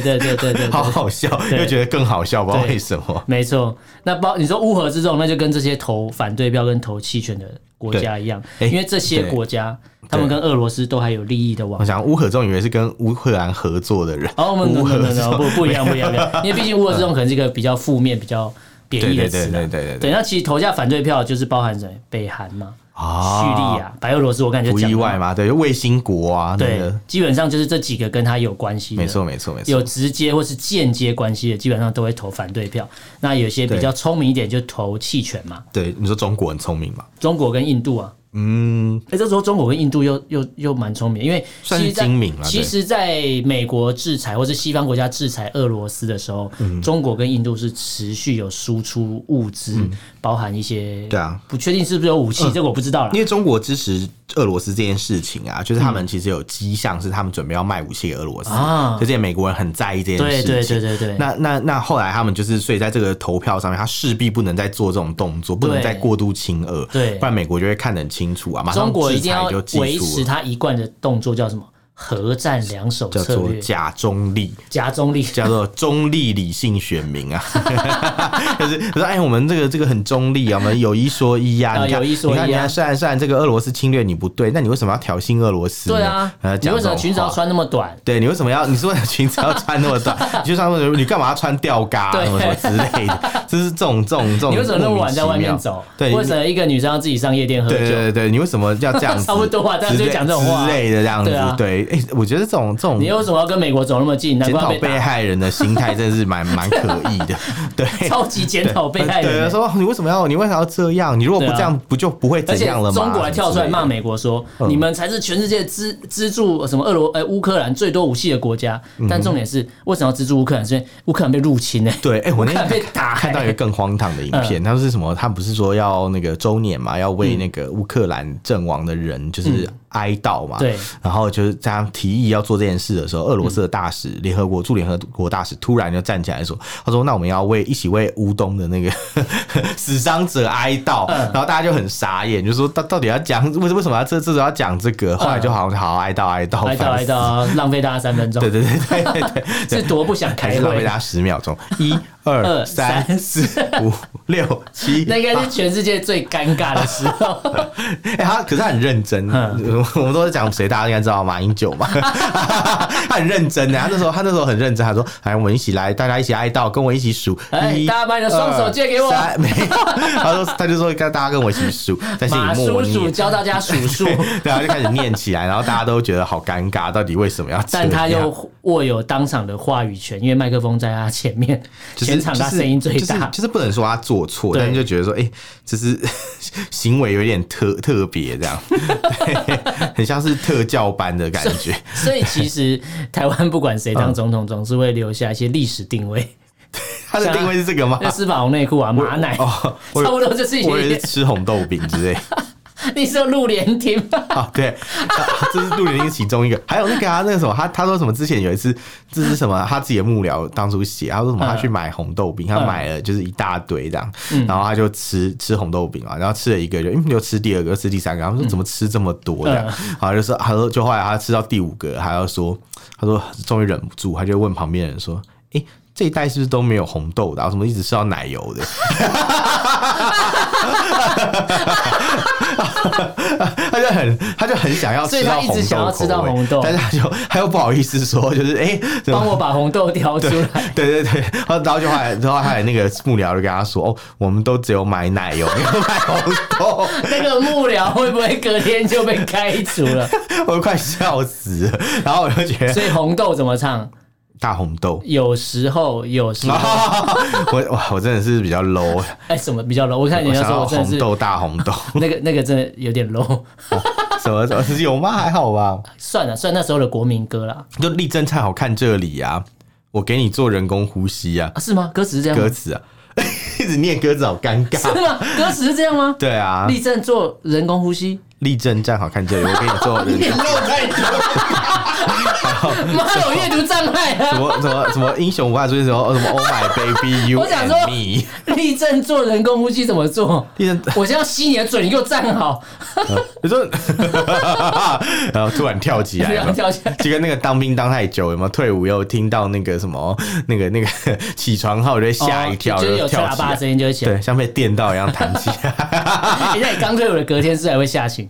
Speaker 2: 对对对对，
Speaker 1: 好好笑，又觉得更好笑，不知道
Speaker 2: 对
Speaker 1: 为什么。
Speaker 2: 没错。那包你说乌合之众，那就跟这些投反对票跟投弃权的国家一样，
Speaker 1: 对哎
Speaker 2: 因为这些
Speaker 1: 对
Speaker 2: 国家他们跟俄罗斯都还有利益的 往
Speaker 1: 我。想乌合众以为是跟乌克兰合作的人，
Speaker 2: 哦，我们
Speaker 1: 乌
Speaker 2: no
Speaker 1: 合
Speaker 2: no
Speaker 1: 之
Speaker 2: no
Speaker 1: 众
Speaker 2: 不不一样不一样，不一样因为毕竟乌合之众可能是一个比较负面、比较贬义的词啊。
Speaker 1: 对对对对对对对
Speaker 2: 对，那其实投下反对票就是包含着北韩嘛、
Speaker 1: 啊
Speaker 2: 叙利亚、白俄罗斯，我感觉
Speaker 1: 不意外嘛，对，就卫星国啊，那
Speaker 2: 对
Speaker 1: 个，
Speaker 2: 基本上就是这几个跟他有关系的。
Speaker 1: 没错没错没错，
Speaker 2: 有直接或是间接关系的，基本上都会投反对票。那有些比较聪明一点，就投弃权嘛。
Speaker 1: 对，你说中国很聪明嘛，
Speaker 2: 中国跟印度啊，
Speaker 1: 嗯，
Speaker 2: 哎、这时候中国跟印度又又又蛮聪明，因为其
Speaker 1: 算是
Speaker 2: 实在
Speaker 1: 精明了
Speaker 2: 其实，在美国制裁或是西方国家制裁俄罗斯的时候，
Speaker 1: 嗯
Speaker 2: 中国跟印度是持续有输出物资，包含一些
Speaker 1: 嗯对啊，嗯
Speaker 2: 不确定是不是有武器，这个我不知道啦
Speaker 1: 因。为中国支持俄罗斯这件事情啊，就是他们其实有迹象是他们准备要卖武器给俄罗斯
Speaker 2: 嗯啊
Speaker 1: 就这些美国人很在意这件
Speaker 2: 对
Speaker 1: 事情，
Speaker 2: 对对对对，
Speaker 1: 那那那后来他们就是，所以在这个投票上面，他势必不能再做这种动作，不能
Speaker 2: 对
Speaker 1: 再过度亲俄，
Speaker 2: 对
Speaker 1: 不然美国就会看得很清楚啊，马上
Speaker 2: 中国一
Speaker 1: 制
Speaker 2: 定要
Speaker 1: 裁就
Speaker 2: 维
Speaker 1: 技术
Speaker 2: 持
Speaker 1: 了，
Speaker 2: 他一贯的动作，叫什么？核战两手
Speaker 1: 叫
Speaker 2: 策
Speaker 1: 做
Speaker 2: 略，
Speaker 1: 假中立。
Speaker 2: 夹中立。
Speaker 1: 叫做中立理性选民啊， 就是他说哎，我们这个这个很中立啊，我们有一说一呀、
Speaker 2: 啊
Speaker 1: 你看
Speaker 2: 有一说一啊
Speaker 1: 你看，你看，虽然虽然这个俄罗斯侵略你不对，那你为什么要挑衅俄罗斯呢？
Speaker 2: 对啊，
Speaker 1: 呃，
Speaker 2: 你
Speaker 1: 讲
Speaker 2: 为什么
Speaker 1: 这种
Speaker 2: 裙子要
Speaker 1: 话？
Speaker 2: 穿那么短？
Speaker 1: 对你为什么要？你说你裙子要穿那么 短？你就像说你干嘛要穿吊嘎、啊、
Speaker 2: 对
Speaker 1: 什么什么之类的？就是这种这种这种。
Speaker 2: 你为什么那么晚在外
Speaker 1: 哦莫
Speaker 2: 面
Speaker 1: 名其妙
Speaker 2: 走？
Speaker 1: 对，
Speaker 2: 为什
Speaker 1: 么？
Speaker 2: 么一个女生要自己上夜店喝酒？
Speaker 1: 对对对对，你为什么要这样子？
Speaker 2: 差不多啊大家就
Speaker 1: 之类
Speaker 2: 讲这种话
Speaker 1: 之类的这样子
Speaker 2: 对啊。
Speaker 1: 对，哎，我觉得这种这种
Speaker 2: 你为什么要跟美国走那么近？难
Speaker 1: 检
Speaker 2: 怪
Speaker 1: 讨
Speaker 2: 哎被
Speaker 1: 被
Speaker 2: 打，
Speaker 1: 害人的心态真的是蛮蛮可疑的。对，
Speaker 2: 超级检讨被害
Speaker 1: 对，
Speaker 2: 人。
Speaker 1: 说哦你为什么要你为什么要这样？你如果不
Speaker 2: 对啊
Speaker 1: 这样，不就不会
Speaker 2: 而
Speaker 1: 怎
Speaker 2: 且
Speaker 1: 样了吗？
Speaker 2: 中国还跳出来骂
Speaker 1: 什么
Speaker 2: 美国说：“
Speaker 1: 嗯
Speaker 2: 你们才是全世界资资助什么俄罗呃乌克兰最多武器的国家。”
Speaker 1: 嗯
Speaker 2: 但重点是，为什么要资助乌克兰？是因为乌克兰被入侵呢？
Speaker 1: 之类的。对，哎、我那
Speaker 2: 乌克兰 被
Speaker 1: 天
Speaker 2: 打
Speaker 1: 看到一个更荒唐的影 片，他是什么？他不是说要那个周年嘛，要为那个乌克兰阵亡的人就是哀悼嘛？
Speaker 2: 对。
Speaker 1: 然后就是在他提议要做这件事的时候，俄罗斯的大使，联合国驻联合国大使突然就站起来说：“他说，那我们要为一起为乌东的那个 死伤者哀悼。然后大家就很傻眼，就说：“到到底要讲为什为什么要这这时候要讲这个？”后来就好像好好哀悼嗯哀悼
Speaker 2: 来到
Speaker 1: 烦
Speaker 2: 来到，浪费大家三分钟
Speaker 1: 对，对对对对对，
Speaker 2: 是多不想
Speaker 1: 还
Speaker 2: 开
Speaker 1: 是浪费
Speaker 2: 会
Speaker 1: 大。家十秒钟。一二
Speaker 2: 二
Speaker 1: 三
Speaker 2: 三
Speaker 1: 四五六七 啊
Speaker 2: 那应该是全世界最尴尬的时 候。
Speaker 1: 哎、他可是他很认真，
Speaker 2: 嗯
Speaker 1: 我们都是讲谁，大家应该知道马英 九嘛，他很认真的、欸他那时候他那时候很认真，他说：“哎，我们一起来，大家一起哀悼，跟我一起数，
Speaker 2: 哎
Speaker 1: 一
Speaker 2: 大家把你的双手借给我
Speaker 1: 二三没有，他说他就说跟大家跟我一起数，在心
Speaker 2: 马
Speaker 1: 里默
Speaker 2: 叔叔
Speaker 1: 念，
Speaker 2: 教大家数数，
Speaker 1: 对啊，就开始念起来，然后大家都觉得好尴尬，到底为什么要这样？
Speaker 2: 但他又握有当场的话语权，因为麦克风在他前面，
Speaker 1: 就是
Speaker 2: 全场他声音最
Speaker 1: 就是就是
Speaker 2: 大，
Speaker 1: 就是不能说他做错，
Speaker 2: 对
Speaker 1: 但是就觉得说，哎、这是 行为有点特特别这样， 对很像是特教班的感觉。
Speaker 2: 所以其实台湾不管谁
Speaker 1: 嗯
Speaker 2: 当总统，总是会留下一些历史定位。
Speaker 1: 他的定位是这个吗？
Speaker 2: 那司法红内裤啊，马奶，
Speaker 1: 哦，我以
Speaker 2: 差不多就是一
Speaker 1: 我以为
Speaker 2: 些
Speaker 1: 是。吃红豆饼之类。哦
Speaker 2: 你说陆联庭吧？
Speaker 1: 啊，对，啊这是杜连英其中一个，还有那个啊，那个什么，他他说什么？之前有一次，这是什么？啊他自己的幕僚当初写，他说什么？
Speaker 2: 嗯
Speaker 1: 他去买红豆饼，他
Speaker 2: 嗯
Speaker 1: 买了就是一大堆这样，然后他就吃吃红豆饼啊，然后吃了一个就嗯，又吃第二个，又吃第三个，他
Speaker 2: 嗯
Speaker 1: 们说怎么吃这么多这样？然后就说，他说就后来他吃到第五个，他要说，他说终于忍不住，他就问旁边的人说，诶，这一袋是不是都没有红豆的、啊？为什么一直吃到奶油的？ 他就很他就很想要
Speaker 2: 所以
Speaker 1: 吃到
Speaker 2: 他一直
Speaker 1: 红
Speaker 2: 想
Speaker 1: 豆
Speaker 2: 要
Speaker 1: 口
Speaker 2: 吃到
Speaker 1: 味
Speaker 2: 红豆
Speaker 1: 但是他就他又不好意思说，就是哎，怎么
Speaker 2: 帮我把红豆挑出
Speaker 1: 对
Speaker 2: 来。
Speaker 1: 对对对，然后然后就后来，然后后来那个幕僚就跟他说：“哦，我们都只有买奶油，没有买红豆。
Speaker 2: 那个幕僚会不会隔天就被开除了？”
Speaker 1: 我都快笑死了。然后我就觉得
Speaker 2: 所以红豆怎么唱？
Speaker 1: 大红豆，
Speaker 2: 有时候，有时
Speaker 1: 啊
Speaker 2: 候，
Speaker 1: 我哇，我真的是比较 low。
Speaker 2: 哎，什么比较 low？我看你
Speaker 1: 我
Speaker 2: 那
Speaker 1: 想
Speaker 2: 时候
Speaker 1: 到
Speaker 2: 我真的
Speaker 1: 红
Speaker 2: 是
Speaker 1: 豆大红豆，
Speaker 2: 那个那个真的有点 low。
Speaker 1: 什么什么有吗？还好吧，
Speaker 2: 算了，算那时候的国民歌啦，
Speaker 1: 就力争太好看这里啊，我给你做人工呼吸啊
Speaker 2: 啊，，是吗？歌词是这样
Speaker 1: 歌
Speaker 2: 吗？
Speaker 1: 词啊， 一直念歌词好尴
Speaker 2: 是
Speaker 1: 尬。
Speaker 2: 吗？歌词是这样吗？
Speaker 1: 对啊，
Speaker 2: 立正做人工呼吸，
Speaker 1: 力争站好看这里，我给你做人工
Speaker 2: 漏太多。妈的，我阅读障碍
Speaker 1: 什
Speaker 2: 啊！
Speaker 1: 么什么什么英雄无法追什么什么 Oh my baby you
Speaker 2: 我想说
Speaker 1: and me，
Speaker 2: 立正做人工呼吸怎么做？
Speaker 1: 医生，
Speaker 2: 我先要吸你的嘴，你给我站好，
Speaker 1: 你说， 然后突然跳起 来
Speaker 2: 不要
Speaker 1: 了。
Speaker 2: 跳起来。
Speaker 1: 就跟那个当兵当太久，有没有退伍又听到那个什么那个那个 起床号，就会 吓一跳，
Speaker 2: 哦就是
Speaker 1: 就
Speaker 2: 有吹
Speaker 1: 跳
Speaker 2: 喇
Speaker 1: 起
Speaker 2: 叭的
Speaker 1: 来，
Speaker 2: 声音就会起来。
Speaker 1: 对，像被电到一样弹起来。
Speaker 2: 哎那你刚退伍的隔天是还会吓醒？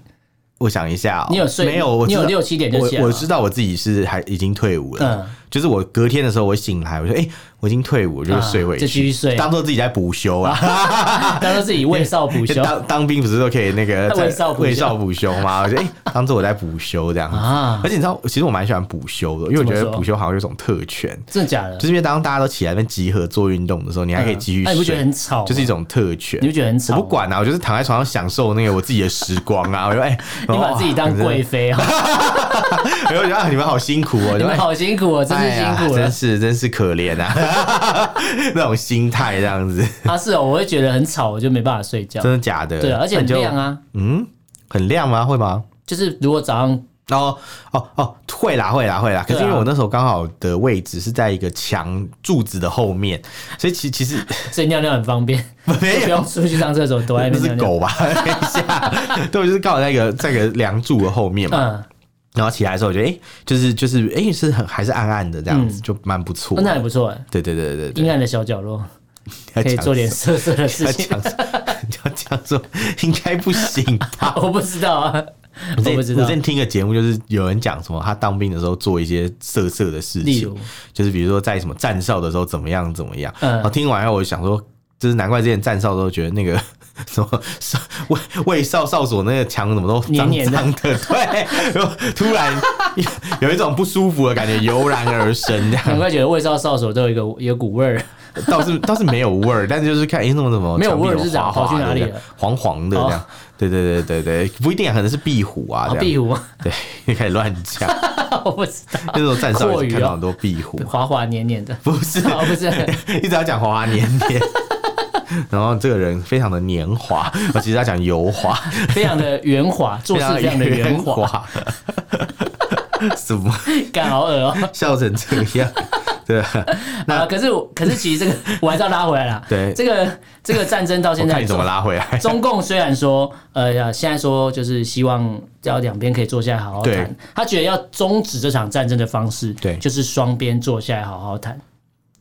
Speaker 1: 我想一下哦、
Speaker 2: 你有睡
Speaker 1: 没有？我
Speaker 2: 你有
Speaker 1: 知道
Speaker 2: 六七点就起来
Speaker 1: 我
Speaker 2: 了
Speaker 1: 我知道我自己是还已经退伍了，
Speaker 2: 嗯
Speaker 1: 就是我隔天的时候我醒来，我说哎、我已经退伍，我就睡回去，
Speaker 2: 啊就继续睡
Speaker 1: 当做自己在补休啊。
Speaker 2: 当做自己卫少 补
Speaker 1: 就
Speaker 2: 休
Speaker 1: 当当兵不是都可以那个
Speaker 2: 卫少补休
Speaker 1: 卫少补休吗？我觉得哎、当做我在补休这样啊
Speaker 2: 啊。
Speaker 1: 而且你知道，其实我蛮喜欢补休的，因为我觉
Speaker 2: 怎
Speaker 1: 得
Speaker 2: 么说
Speaker 1: 补休好像有一种特权，
Speaker 2: 真的假的
Speaker 1: 就？是因为当大家都起来那边集合做运动的时候，你还可以继续
Speaker 2: 嗯
Speaker 1: 睡，
Speaker 2: 哎你不觉得很吵吗
Speaker 1: 就是一种特权
Speaker 2: 你。不觉得很
Speaker 1: 我
Speaker 2: 吵？
Speaker 1: 不，管啊，我就是躺在床上享受那个我自己的时光啊。我就哎，
Speaker 2: 你把自己当贵，妃 啊！
Speaker 1: 然后我就觉得啊你们好辛苦 哦，
Speaker 2: 你们好辛苦哦，真是
Speaker 1: 哎呀
Speaker 2: 辛苦
Speaker 1: 真
Speaker 2: 了。
Speaker 1: 是真是可怜啊， 那种心态这样子，
Speaker 2: 啊，是哦，我会觉得很吵，我就没办法睡觉
Speaker 1: 真。的假的？
Speaker 2: 对啊，而且
Speaker 1: 那
Speaker 2: 很
Speaker 1: 你就
Speaker 2: 亮，啊，
Speaker 1: 嗯，很亮吗？会吗？
Speaker 2: 就是如果早上
Speaker 1: 哦哦哦，会啦会啦会啦！可是因为
Speaker 2: 对啊
Speaker 1: 我那时候刚好的位置是在一个墙柱子的后面，所以其其 实
Speaker 2: 所以尿尿很方便，
Speaker 1: 没
Speaker 2: 就不
Speaker 1: 有
Speaker 2: 用出去上厕所，躲在
Speaker 1: 那
Speaker 2: 那边
Speaker 1: 是
Speaker 2: 尿尿。
Speaker 1: 狗吧？ 等一下，对，我就是刚好在一个在一个梁柱的后面嘛。
Speaker 2: 嗯，
Speaker 1: 然后起来的时候，我觉得哎、诶就是就是哎、诶是很还是暗暗的这样子，就蛮不错
Speaker 2: 哦。那也不错哎，
Speaker 1: 对对对对对
Speaker 2: 阴，暗的小角落
Speaker 1: 要
Speaker 2: 可以
Speaker 1: 讲
Speaker 2: 做点色色的事
Speaker 1: 要
Speaker 2: 情。
Speaker 1: 讲什么要讲说应该不行吧？
Speaker 2: 我不知道啊， 我
Speaker 1: 我之前
Speaker 2: 不知
Speaker 1: 我
Speaker 2: 道
Speaker 1: 之。前听个节目，就是有人讲什么，他当兵的时候做一些色色的事
Speaker 2: 例
Speaker 1: 情
Speaker 2: 如，
Speaker 1: 就是比如说在什么站哨的时候怎么样怎么样。
Speaker 2: 嗯
Speaker 1: 然后听完以后，我想说，就是难怪之前站哨的时候觉得那个 什么哨卫卫哨哨所那个墙怎么都脏
Speaker 2: 黏黏的
Speaker 1: 脏的，对， 然后突然有一种不舒服的感觉油然而生，这
Speaker 2: 难
Speaker 1: 样
Speaker 2: 怪觉得卫少少手都有一个有股味儿，
Speaker 1: 倒 是倒是没有味儿，但是就是看哎、诶怎么怎么
Speaker 2: 没有
Speaker 1: 墙壁
Speaker 2: 味儿
Speaker 1: 怎么
Speaker 2: 是长
Speaker 1: 滑
Speaker 2: 跑去
Speaker 1: 滑的
Speaker 2: 哪里
Speaker 1: 这样
Speaker 2: 了
Speaker 1: 黄黄的这样
Speaker 2: 哦，
Speaker 1: 对对对对对，不一定啊，可能是壁虎啊
Speaker 2: 啊，
Speaker 1: 这样，
Speaker 2: 壁虎，
Speaker 1: 对， 你开始乱讲。
Speaker 2: 我不知道，
Speaker 1: 那时候站哨
Speaker 2: 阔
Speaker 1: 也
Speaker 2: 鱼
Speaker 1: 是
Speaker 2: 哦
Speaker 1: 看到很多壁虎，
Speaker 2: 滑滑黏黏的，
Speaker 1: 不是，
Speaker 2: 哦不 是
Speaker 1: 一直要讲滑滑黏黏。 然后这个人非常的年华，我其实要讲油 滑，
Speaker 2: 非常的圆滑，做事非常的圆
Speaker 1: 圆
Speaker 2: 滑，
Speaker 1: 滑， 什么
Speaker 2: 干好恶哦、
Speaker 1: 笑成这样？对，
Speaker 2: 啊，可是我，可是其实这个我还是要拉回来啦。
Speaker 1: 对
Speaker 2: 这个这个战争到
Speaker 1: 我
Speaker 2: 现
Speaker 1: 看
Speaker 2: 在
Speaker 1: 你怎么拉回来。
Speaker 2: 中共虽然说，呃，现在说就是希望要两边可以坐下来好好
Speaker 1: 对
Speaker 2: 谈，他觉得要终止这场战争的方式，
Speaker 1: 对
Speaker 2: 就是双边坐下来好好谈。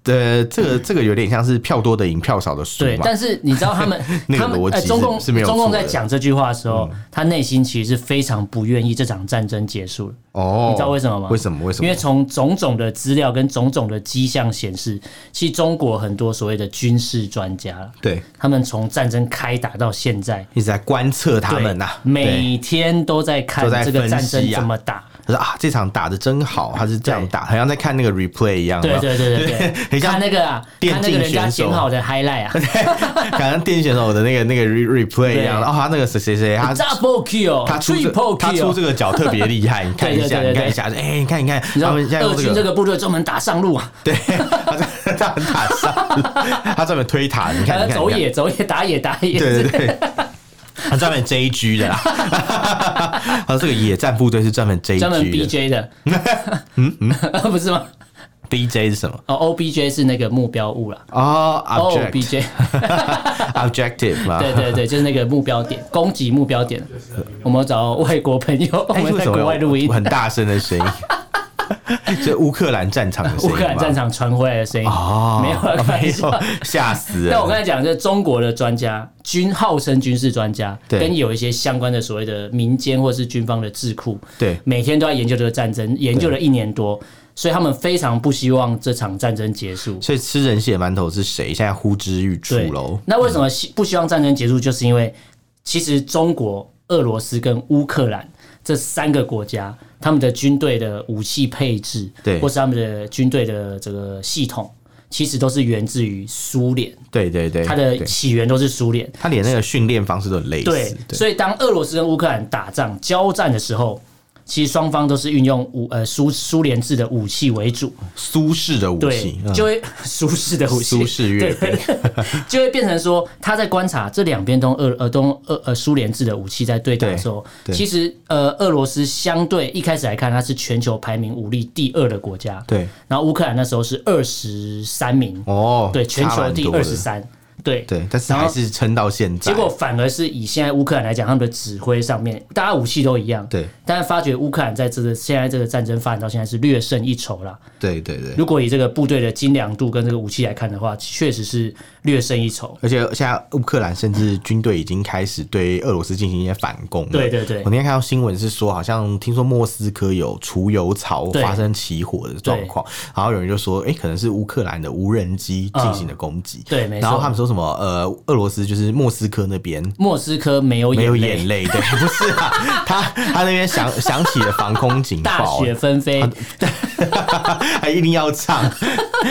Speaker 1: 呃，这个这个有点像是票多的赢，票少的输
Speaker 2: 对，
Speaker 1: 嘛。
Speaker 2: 但是你知道他们
Speaker 1: 嗯 那个
Speaker 2: 他们
Speaker 1: 逻辑
Speaker 2: 呃
Speaker 1: 是
Speaker 2: 中共
Speaker 1: 是没有
Speaker 2: 中共
Speaker 1: 错
Speaker 2: 在
Speaker 1: 的嗯
Speaker 2: 讲这句话的时候，他内心其实是非常不愿意这场战争结束的。
Speaker 1: 哦，
Speaker 2: 你知道为什么吗？
Speaker 1: 为什么？为什么？
Speaker 2: 因为从种种的资料跟种种的迹象显示，其实中国很多所谓的军事专家，
Speaker 1: 对
Speaker 2: 他们从战争开打到现在，
Speaker 1: 一直在观测他
Speaker 2: 对
Speaker 1: 们呐。对
Speaker 2: 每天都在看
Speaker 1: 都在
Speaker 2: 这个
Speaker 1: 分
Speaker 2: 战争
Speaker 1: 析啊
Speaker 2: 怎么打。
Speaker 1: 他说啊，这场打的真好，他是这样打，好像在看那个 replay 一样。有没
Speaker 2: 对
Speaker 1: 有
Speaker 2: 对对对对，
Speaker 1: 很像
Speaker 2: 看那个啊，
Speaker 1: 电
Speaker 2: 看那个
Speaker 1: 竞
Speaker 2: 人
Speaker 1: 选
Speaker 2: 家
Speaker 1: 手
Speaker 2: 剪好的 highlight 啊
Speaker 1: 感觉电选手的那个那个 re replay 一样，
Speaker 2: 对
Speaker 1: 哦，他那个谁谁谁， 他
Speaker 2: ，double
Speaker 1: 他出这
Speaker 2: kill，triple
Speaker 1: 他出
Speaker 2: kill
Speaker 1: 这。个脚特别厉害， 你看一下，
Speaker 2: 哦对对对对
Speaker 1: 你看一下，哎，你看你看，
Speaker 2: 你知
Speaker 1: 他
Speaker 2: 道
Speaker 1: 们现在
Speaker 2: 俄
Speaker 1: 用
Speaker 2: 军这
Speaker 1: 个，
Speaker 2: 个部队专门打上路啊，
Speaker 1: 对， 他在他很塔上，他专门推塔，你看
Speaker 2: 呃
Speaker 1: 你看，
Speaker 2: 走
Speaker 1: 你看
Speaker 2: 野走野打野打野，
Speaker 1: 对对对。 他专门 JG 的啦， 他说这个野战部队是专门 JG
Speaker 2: 专门
Speaker 1: 的
Speaker 2: BJ 的， 嗯， 不是吗？
Speaker 1: ，BJ 是什么？
Speaker 2: 哦，OBJ 是那个目标物啦。
Speaker 1: 哦 object
Speaker 2: OBJ，
Speaker 1: objective 嘛，
Speaker 2: 对对对，就是那个目 标点，攻击目标点。我们有找外国朋友，我
Speaker 1: 哎
Speaker 2: 们
Speaker 1: 为
Speaker 2: 在
Speaker 1: 什么
Speaker 2: 国
Speaker 1: 有
Speaker 2: 外录音，
Speaker 1: 很大声的声音， 这乌克兰战场的声
Speaker 2: 乌
Speaker 1: 音吗，
Speaker 2: 克兰战场传回来的声音，
Speaker 1: 哦，
Speaker 2: 没有啦
Speaker 1: 啊
Speaker 2: 开
Speaker 1: 没
Speaker 2: 玩笑
Speaker 1: 有，吓死人。
Speaker 2: 但我刚才讲，就是中国的专家，军号称军事专家，
Speaker 1: 对
Speaker 2: 跟有一些相关的所谓的民间或是军方的智库，
Speaker 1: 对
Speaker 2: 每天都在研究这个战争，研究了一年多，所以他们非常不希望这场战争结束。
Speaker 1: 所以吃人血馒头是谁？现在呼之欲出
Speaker 2: 对
Speaker 1: 喽。
Speaker 2: 那为什么希不希望战争结束？就是因为其实中国、俄罗斯跟乌克兰这三个国家，他们的军队的武器配置，
Speaker 1: 对
Speaker 2: 或是他们的军队的这个系统，其实都是源自于苏联，
Speaker 1: 对对对，
Speaker 2: 它的
Speaker 1: 对
Speaker 2: 起源都是苏联。
Speaker 1: 他连那个训练方式都很类
Speaker 2: 对
Speaker 1: 似。，对，
Speaker 2: 所以当俄罗斯跟乌克兰打仗交战的时候，其实双方都是运用武呃苏苏联制的武器为主，
Speaker 1: 苏式的武
Speaker 2: 对
Speaker 1: 器，嗯
Speaker 2: 就会 苏式的武器，
Speaker 1: 苏式阅
Speaker 2: 对
Speaker 1: 兵，
Speaker 2: 就会变成说他在观察这两边都俄呃东俄呃苏联制的武器在对打的时候，
Speaker 1: 对对
Speaker 2: 其实呃俄罗斯相对一开始来看，它是全球排名武力第二的国家，
Speaker 1: 对
Speaker 2: 然后乌克兰那时候是二十三名，
Speaker 1: 哦，
Speaker 2: 对，全
Speaker 1: 差
Speaker 2: 球
Speaker 1: 蛮
Speaker 2: 第
Speaker 1: 多的
Speaker 2: 二十，三，对
Speaker 1: 对，但是
Speaker 2: 然后
Speaker 1: 还是撑到现在。
Speaker 2: 结果反而是以现在乌克兰来讲，他们的指挥上面，大家武器都一样，
Speaker 1: 对
Speaker 2: 但是发觉乌克兰在这个现在这个战争发展到现在是略胜一筹啦。
Speaker 1: 对对对，
Speaker 2: 如果以这个部队的精良度跟这个武器来看的话，确实是略胜一筹。
Speaker 1: 而且现在乌克兰甚至军队已经开始对俄罗斯进行一些反攻了。
Speaker 2: 对对对
Speaker 1: 我那天看到新闻是说，好像听说莫斯科有除油槽
Speaker 2: 对
Speaker 1: 发生起火的状况，然后有人就说，哎、可能是乌克兰的无人机进行的攻击、
Speaker 2: 对没错
Speaker 1: 然后他们说什么，呃，俄罗斯就是莫斯科那边。
Speaker 2: 莫斯科没有
Speaker 1: 没有
Speaker 2: 眼
Speaker 1: 眼
Speaker 2: 泪，
Speaker 1: 泪， 对，不是啊，他他那边响响起了防空警
Speaker 2: 大
Speaker 1: 报，
Speaker 2: 雪纷飞，
Speaker 1: 还一定要唱，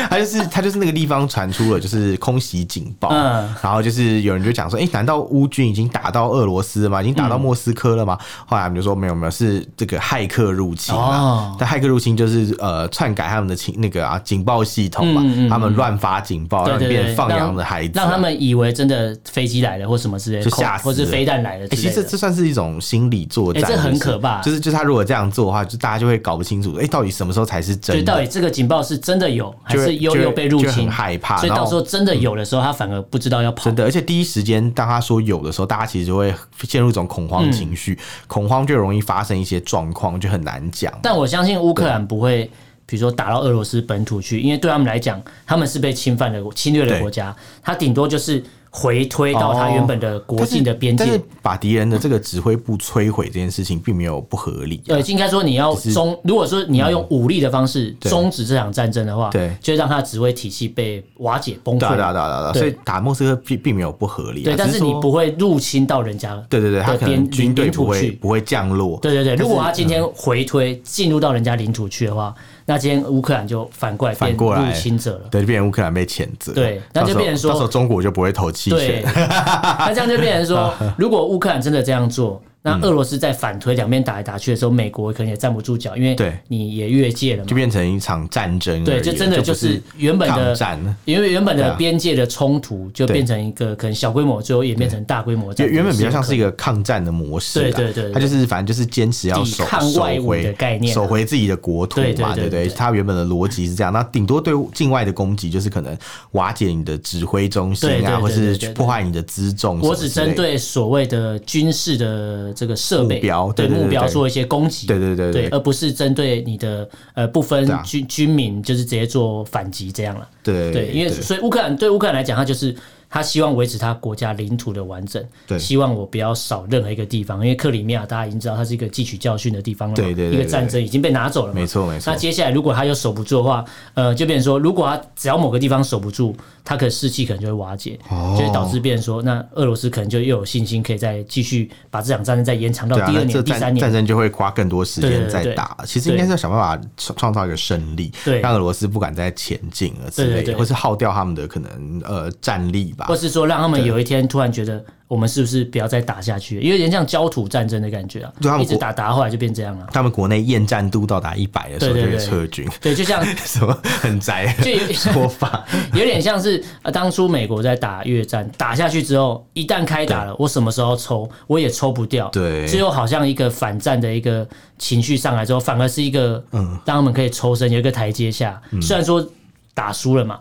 Speaker 1: 他就是他就是那个地方传出了就是空袭警报，
Speaker 2: 嗯
Speaker 1: 然后就是有人就讲说，哎、难道乌军已经打到俄罗斯了吗？已经打到莫斯科了吗？后来我们就说没有没有，是这个骇客入侵
Speaker 2: 哦
Speaker 1: 啊。但骇客入侵就是呃篡改他们的情那个啊警报系统嘛，
Speaker 2: 嗯嗯嗯
Speaker 1: 他们乱发警报，
Speaker 2: 对
Speaker 1: 让你
Speaker 2: 对对，
Speaker 1: 变放羊
Speaker 2: 让
Speaker 1: 的孩子啊、
Speaker 2: 让他们以为真的飞机来了或什么之类的，
Speaker 1: 就吓死
Speaker 2: 或是
Speaker 1: 了
Speaker 2: 飞弹来了之
Speaker 1: 欸、其
Speaker 2: 类
Speaker 1: 实这
Speaker 2: 的。
Speaker 1: 这算是一种心理作战，
Speaker 2: 欸这很
Speaker 1: 就是
Speaker 2: 可怕
Speaker 1: 就是就是他如果这样做的话，就大家就会搞不清楚，哎、到底什么时候才是真
Speaker 2: 所以
Speaker 1: 的？
Speaker 2: 到底这个警报是真的有，还
Speaker 1: 就会
Speaker 2: 是又
Speaker 1: 就会
Speaker 2: 又被入
Speaker 1: 就会
Speaker 2: 侵？
Speaker 1: 很害怕
Speaker 2: 所以
Speaker 1: 然后
Speaker 2: 到时候真的有的时候，他反而不知道要跑
Speaker 1: 真。的，而且第一时间当他说有的时候，大家其实就会陷入一种恐慌情绪，
Speaker 2: 嗯
Speaker 1: 恐慌就容易发生一些状况，就很难讲。
Speaker 2: 但我相信乌克兰不会，比如说打到俄罗斯本土去，因为对他们来讲，他们是被侵犯的国、侵略的
Speaker 1: 对
Speaker 2: 国家，他顶多就是回推到他
Speaker 1: 哦
Speaker 2: 原本的国
Speaker 1: 但是
Speaker 2: 境的边界。
Speaker 1: 但是把敌人的这个指挥部摧毁这件事情，并没有不合理、啊
Speaker 2: 呃，。应该说你要终，如果说你要用武力的方式终止这场战争的话，
Speaker 1: 嗯对
Speaker 2: 就让他的指挥体系被瓦解崩
Speaker 1: 对
Speaker 2: 溃。
Speaker 1: 啊对啊对啊对啊，
Speaker 2: 对
Speaker 1: 所以打莫斯科并并没有不合理、啊。
Speaker 2: 对但
Speaker 1: 只
Speaker 2: 是
Speaker 1: 说
Speaker 2: 你不。会入侵到人家。
Speaker 1: 对对对，他
Speaker 2: 的
Speaker 1: 可
Speaker 2: 边
Speaker 1: 能军队
Speaker 2: 领土
Speaker 1: 不会
Speaker 2: 去
Speaker 1: 不会降落。
Speaker 2: 对对对，
Speaker 1: 但是
Speaker 2: 如果他今天回推进入到人家领土去的话，那今天乌克兰就反过来变
Speaker 1: 反过来
Speaker 2: 入侵者了。
Speaker 1: 对，变成乌克兰被谴责。
Speaker 2: 对那
Speaker 1: 到
Speaker 2: 就
Speaker 1: 时候
Speaker 2: 变成说
Speaker 1: 到时候中国就不会投弃
Speaker 2: 对
Speaker 1: 权。，
Speaker 2: 那这样就变 成说，
Speaker 1: 啊
Speaker 2: 如果乌克兰真的这样做，
Speaker 1: 嗯
Speaker 2: 那俄罗斯在反推两边打来打去的时候，美国可能也站不住脚，因为
Speaker 1: 对
Speaker 2: 你也越界了嘛
Speaker 1: 就。变成一场战争而已。
Speaker 2: 对，就真的就
Speaker 1: 不
Speaker 2: 是
Speaker 1: 是
Speaker 2: 原本的
Speaker 1: 抗战了。
Speaker 2: 因为原本
Speaker 1: 对
Speaker 2: 的
Speaker 1: 啊
Speaker 2: 边界的冲突就
Speaker 1: 对
Speaker 2: 变成一个可能小规模，最后演变成大规模战
Speaker 1: 原原
Speaker 2: 争。
Speaker 1: 本比较像是一
Speaker 2: 个
Speaker 1: 个抗战的模式啦，
Speaker 2: 对对对对
Speaker 1: 他就是反正就是坚持要
Speaker 2: 抵
Speaker 1: 守
Speaker 2: 抗
Speaker 1: 守
Speaker 2: 外侮
Speaker 1: 回
Speaker 2: 的概念啊
Speaker 1: 守回自己的国土
Speaker 2: 对对
Speaker 1: 嘛，
Speaker 2: 对
Speaker 1: 对不对？
Speaker 2: 对
Speaker 1: 他原本的逻辑是这样，那顶多对境外的攻击就是可能瓦解你的指挥中心
Speaker 2: 对对
Speaker 1: 啊，
Speaker 2: 对
Speaker 1: 或
Speaker 2: 对
Speaker 1: 是
Speaker 2: 对对
Speaker 1: 破坏你的辎重什么
Speaker 2: 我
Speaker 1: 之类的。
Speaker 2: 只针对所谓的军事的这个设备
Speaker 1: 目标
Speaker 2: 对
Speaker 1: 对对对
Speaker 2: 目标
Speaker 1: 对
Speaker 2: 做一些攻击，
Speaker 1: 对对对
Speaker 2: 对，
Speaker 1: 对
Speaker 2: 而不是针对你的呃不分
Speaker 1: 对啊
Speaker 2: 军军民，就是直接做反击这样了。
Speaker 1: 对
Speaker 2: 对，因为所以乌克兰对乌克兰来讲，他就是他希望维持他国家领土的完整，
Speaker 1: 对
Speaker 2: 希望我不要少任何一个地方，因为克里米亚大家已经知道它是一个汲取教训的地方了嘛，
Speaker 1: 对对对对
Speaker 2: 一个战争已经被拿走了嘛，
Speaker 1: 没错没错
Speaker 2: 那接下来如果他又守不住的话，呃，就变成说，如果他只要某个地方守不住，他可能士气可能就会瓦解，
Speaker 1: 哦
Speaker 2: 就会导致变成说，那俄罗斯可能就又有信心可以再继续把这场战争再延长到
Speaker 1: 对啊，
Speaker 2: 第二
Speaker 1: 那这
Speaker 2: 年、第三
Speaker 1: 战战
Speaker 2: 年。
Speaker 1: 争就会花更多时间
Speaker 2: 对对
Speaker 1: 在
Speaker 2: 对
Speaker 1: 打。其实应该是要想办法创创造一个胜利，
Speaker 2: 对
Speaker 1: 让俄罗斯不敢再前进了之类的，
Speaker 2: 对对对
Speaker 1: 或是耗掉他们的可能呃战力吧
Speaker 2: 或。是说，让他们有一天突然觉得，我们是不是不要再打下去了？因为有点像焦土战争的感觉
Speaker 1: 对他
Speaker 2: 啊，
Speaker 1: 们
Speaker 2: 一直
Speaker 1: 国
Speaker 2: 打打，后来就变这样了。
Speaker 1: 他们国内厌战度到达一百的时候就
Speaker 2: 对对
Speaker 1: 会
Speaker 2: 对
Speaker 1: 撤军，
Speaker 2: 对，就像
Speaker 1: 什么很宅
Speaker 2: 就有
Speaker 1: 说法。
Speaker 2: 有点像是呃，当初美国在打越战，打下去之后，一旦开打了，我什么时候抽我也抽不掉。
Speaker 1: 对
Speaker 2: 最后好像一个反战的一个情绪上来之后，反而是一个嗯，让他们可以抽身，有一个台阶下。
Speaker 1: 嗯
Speaker 2: 虽然说打输了嘛。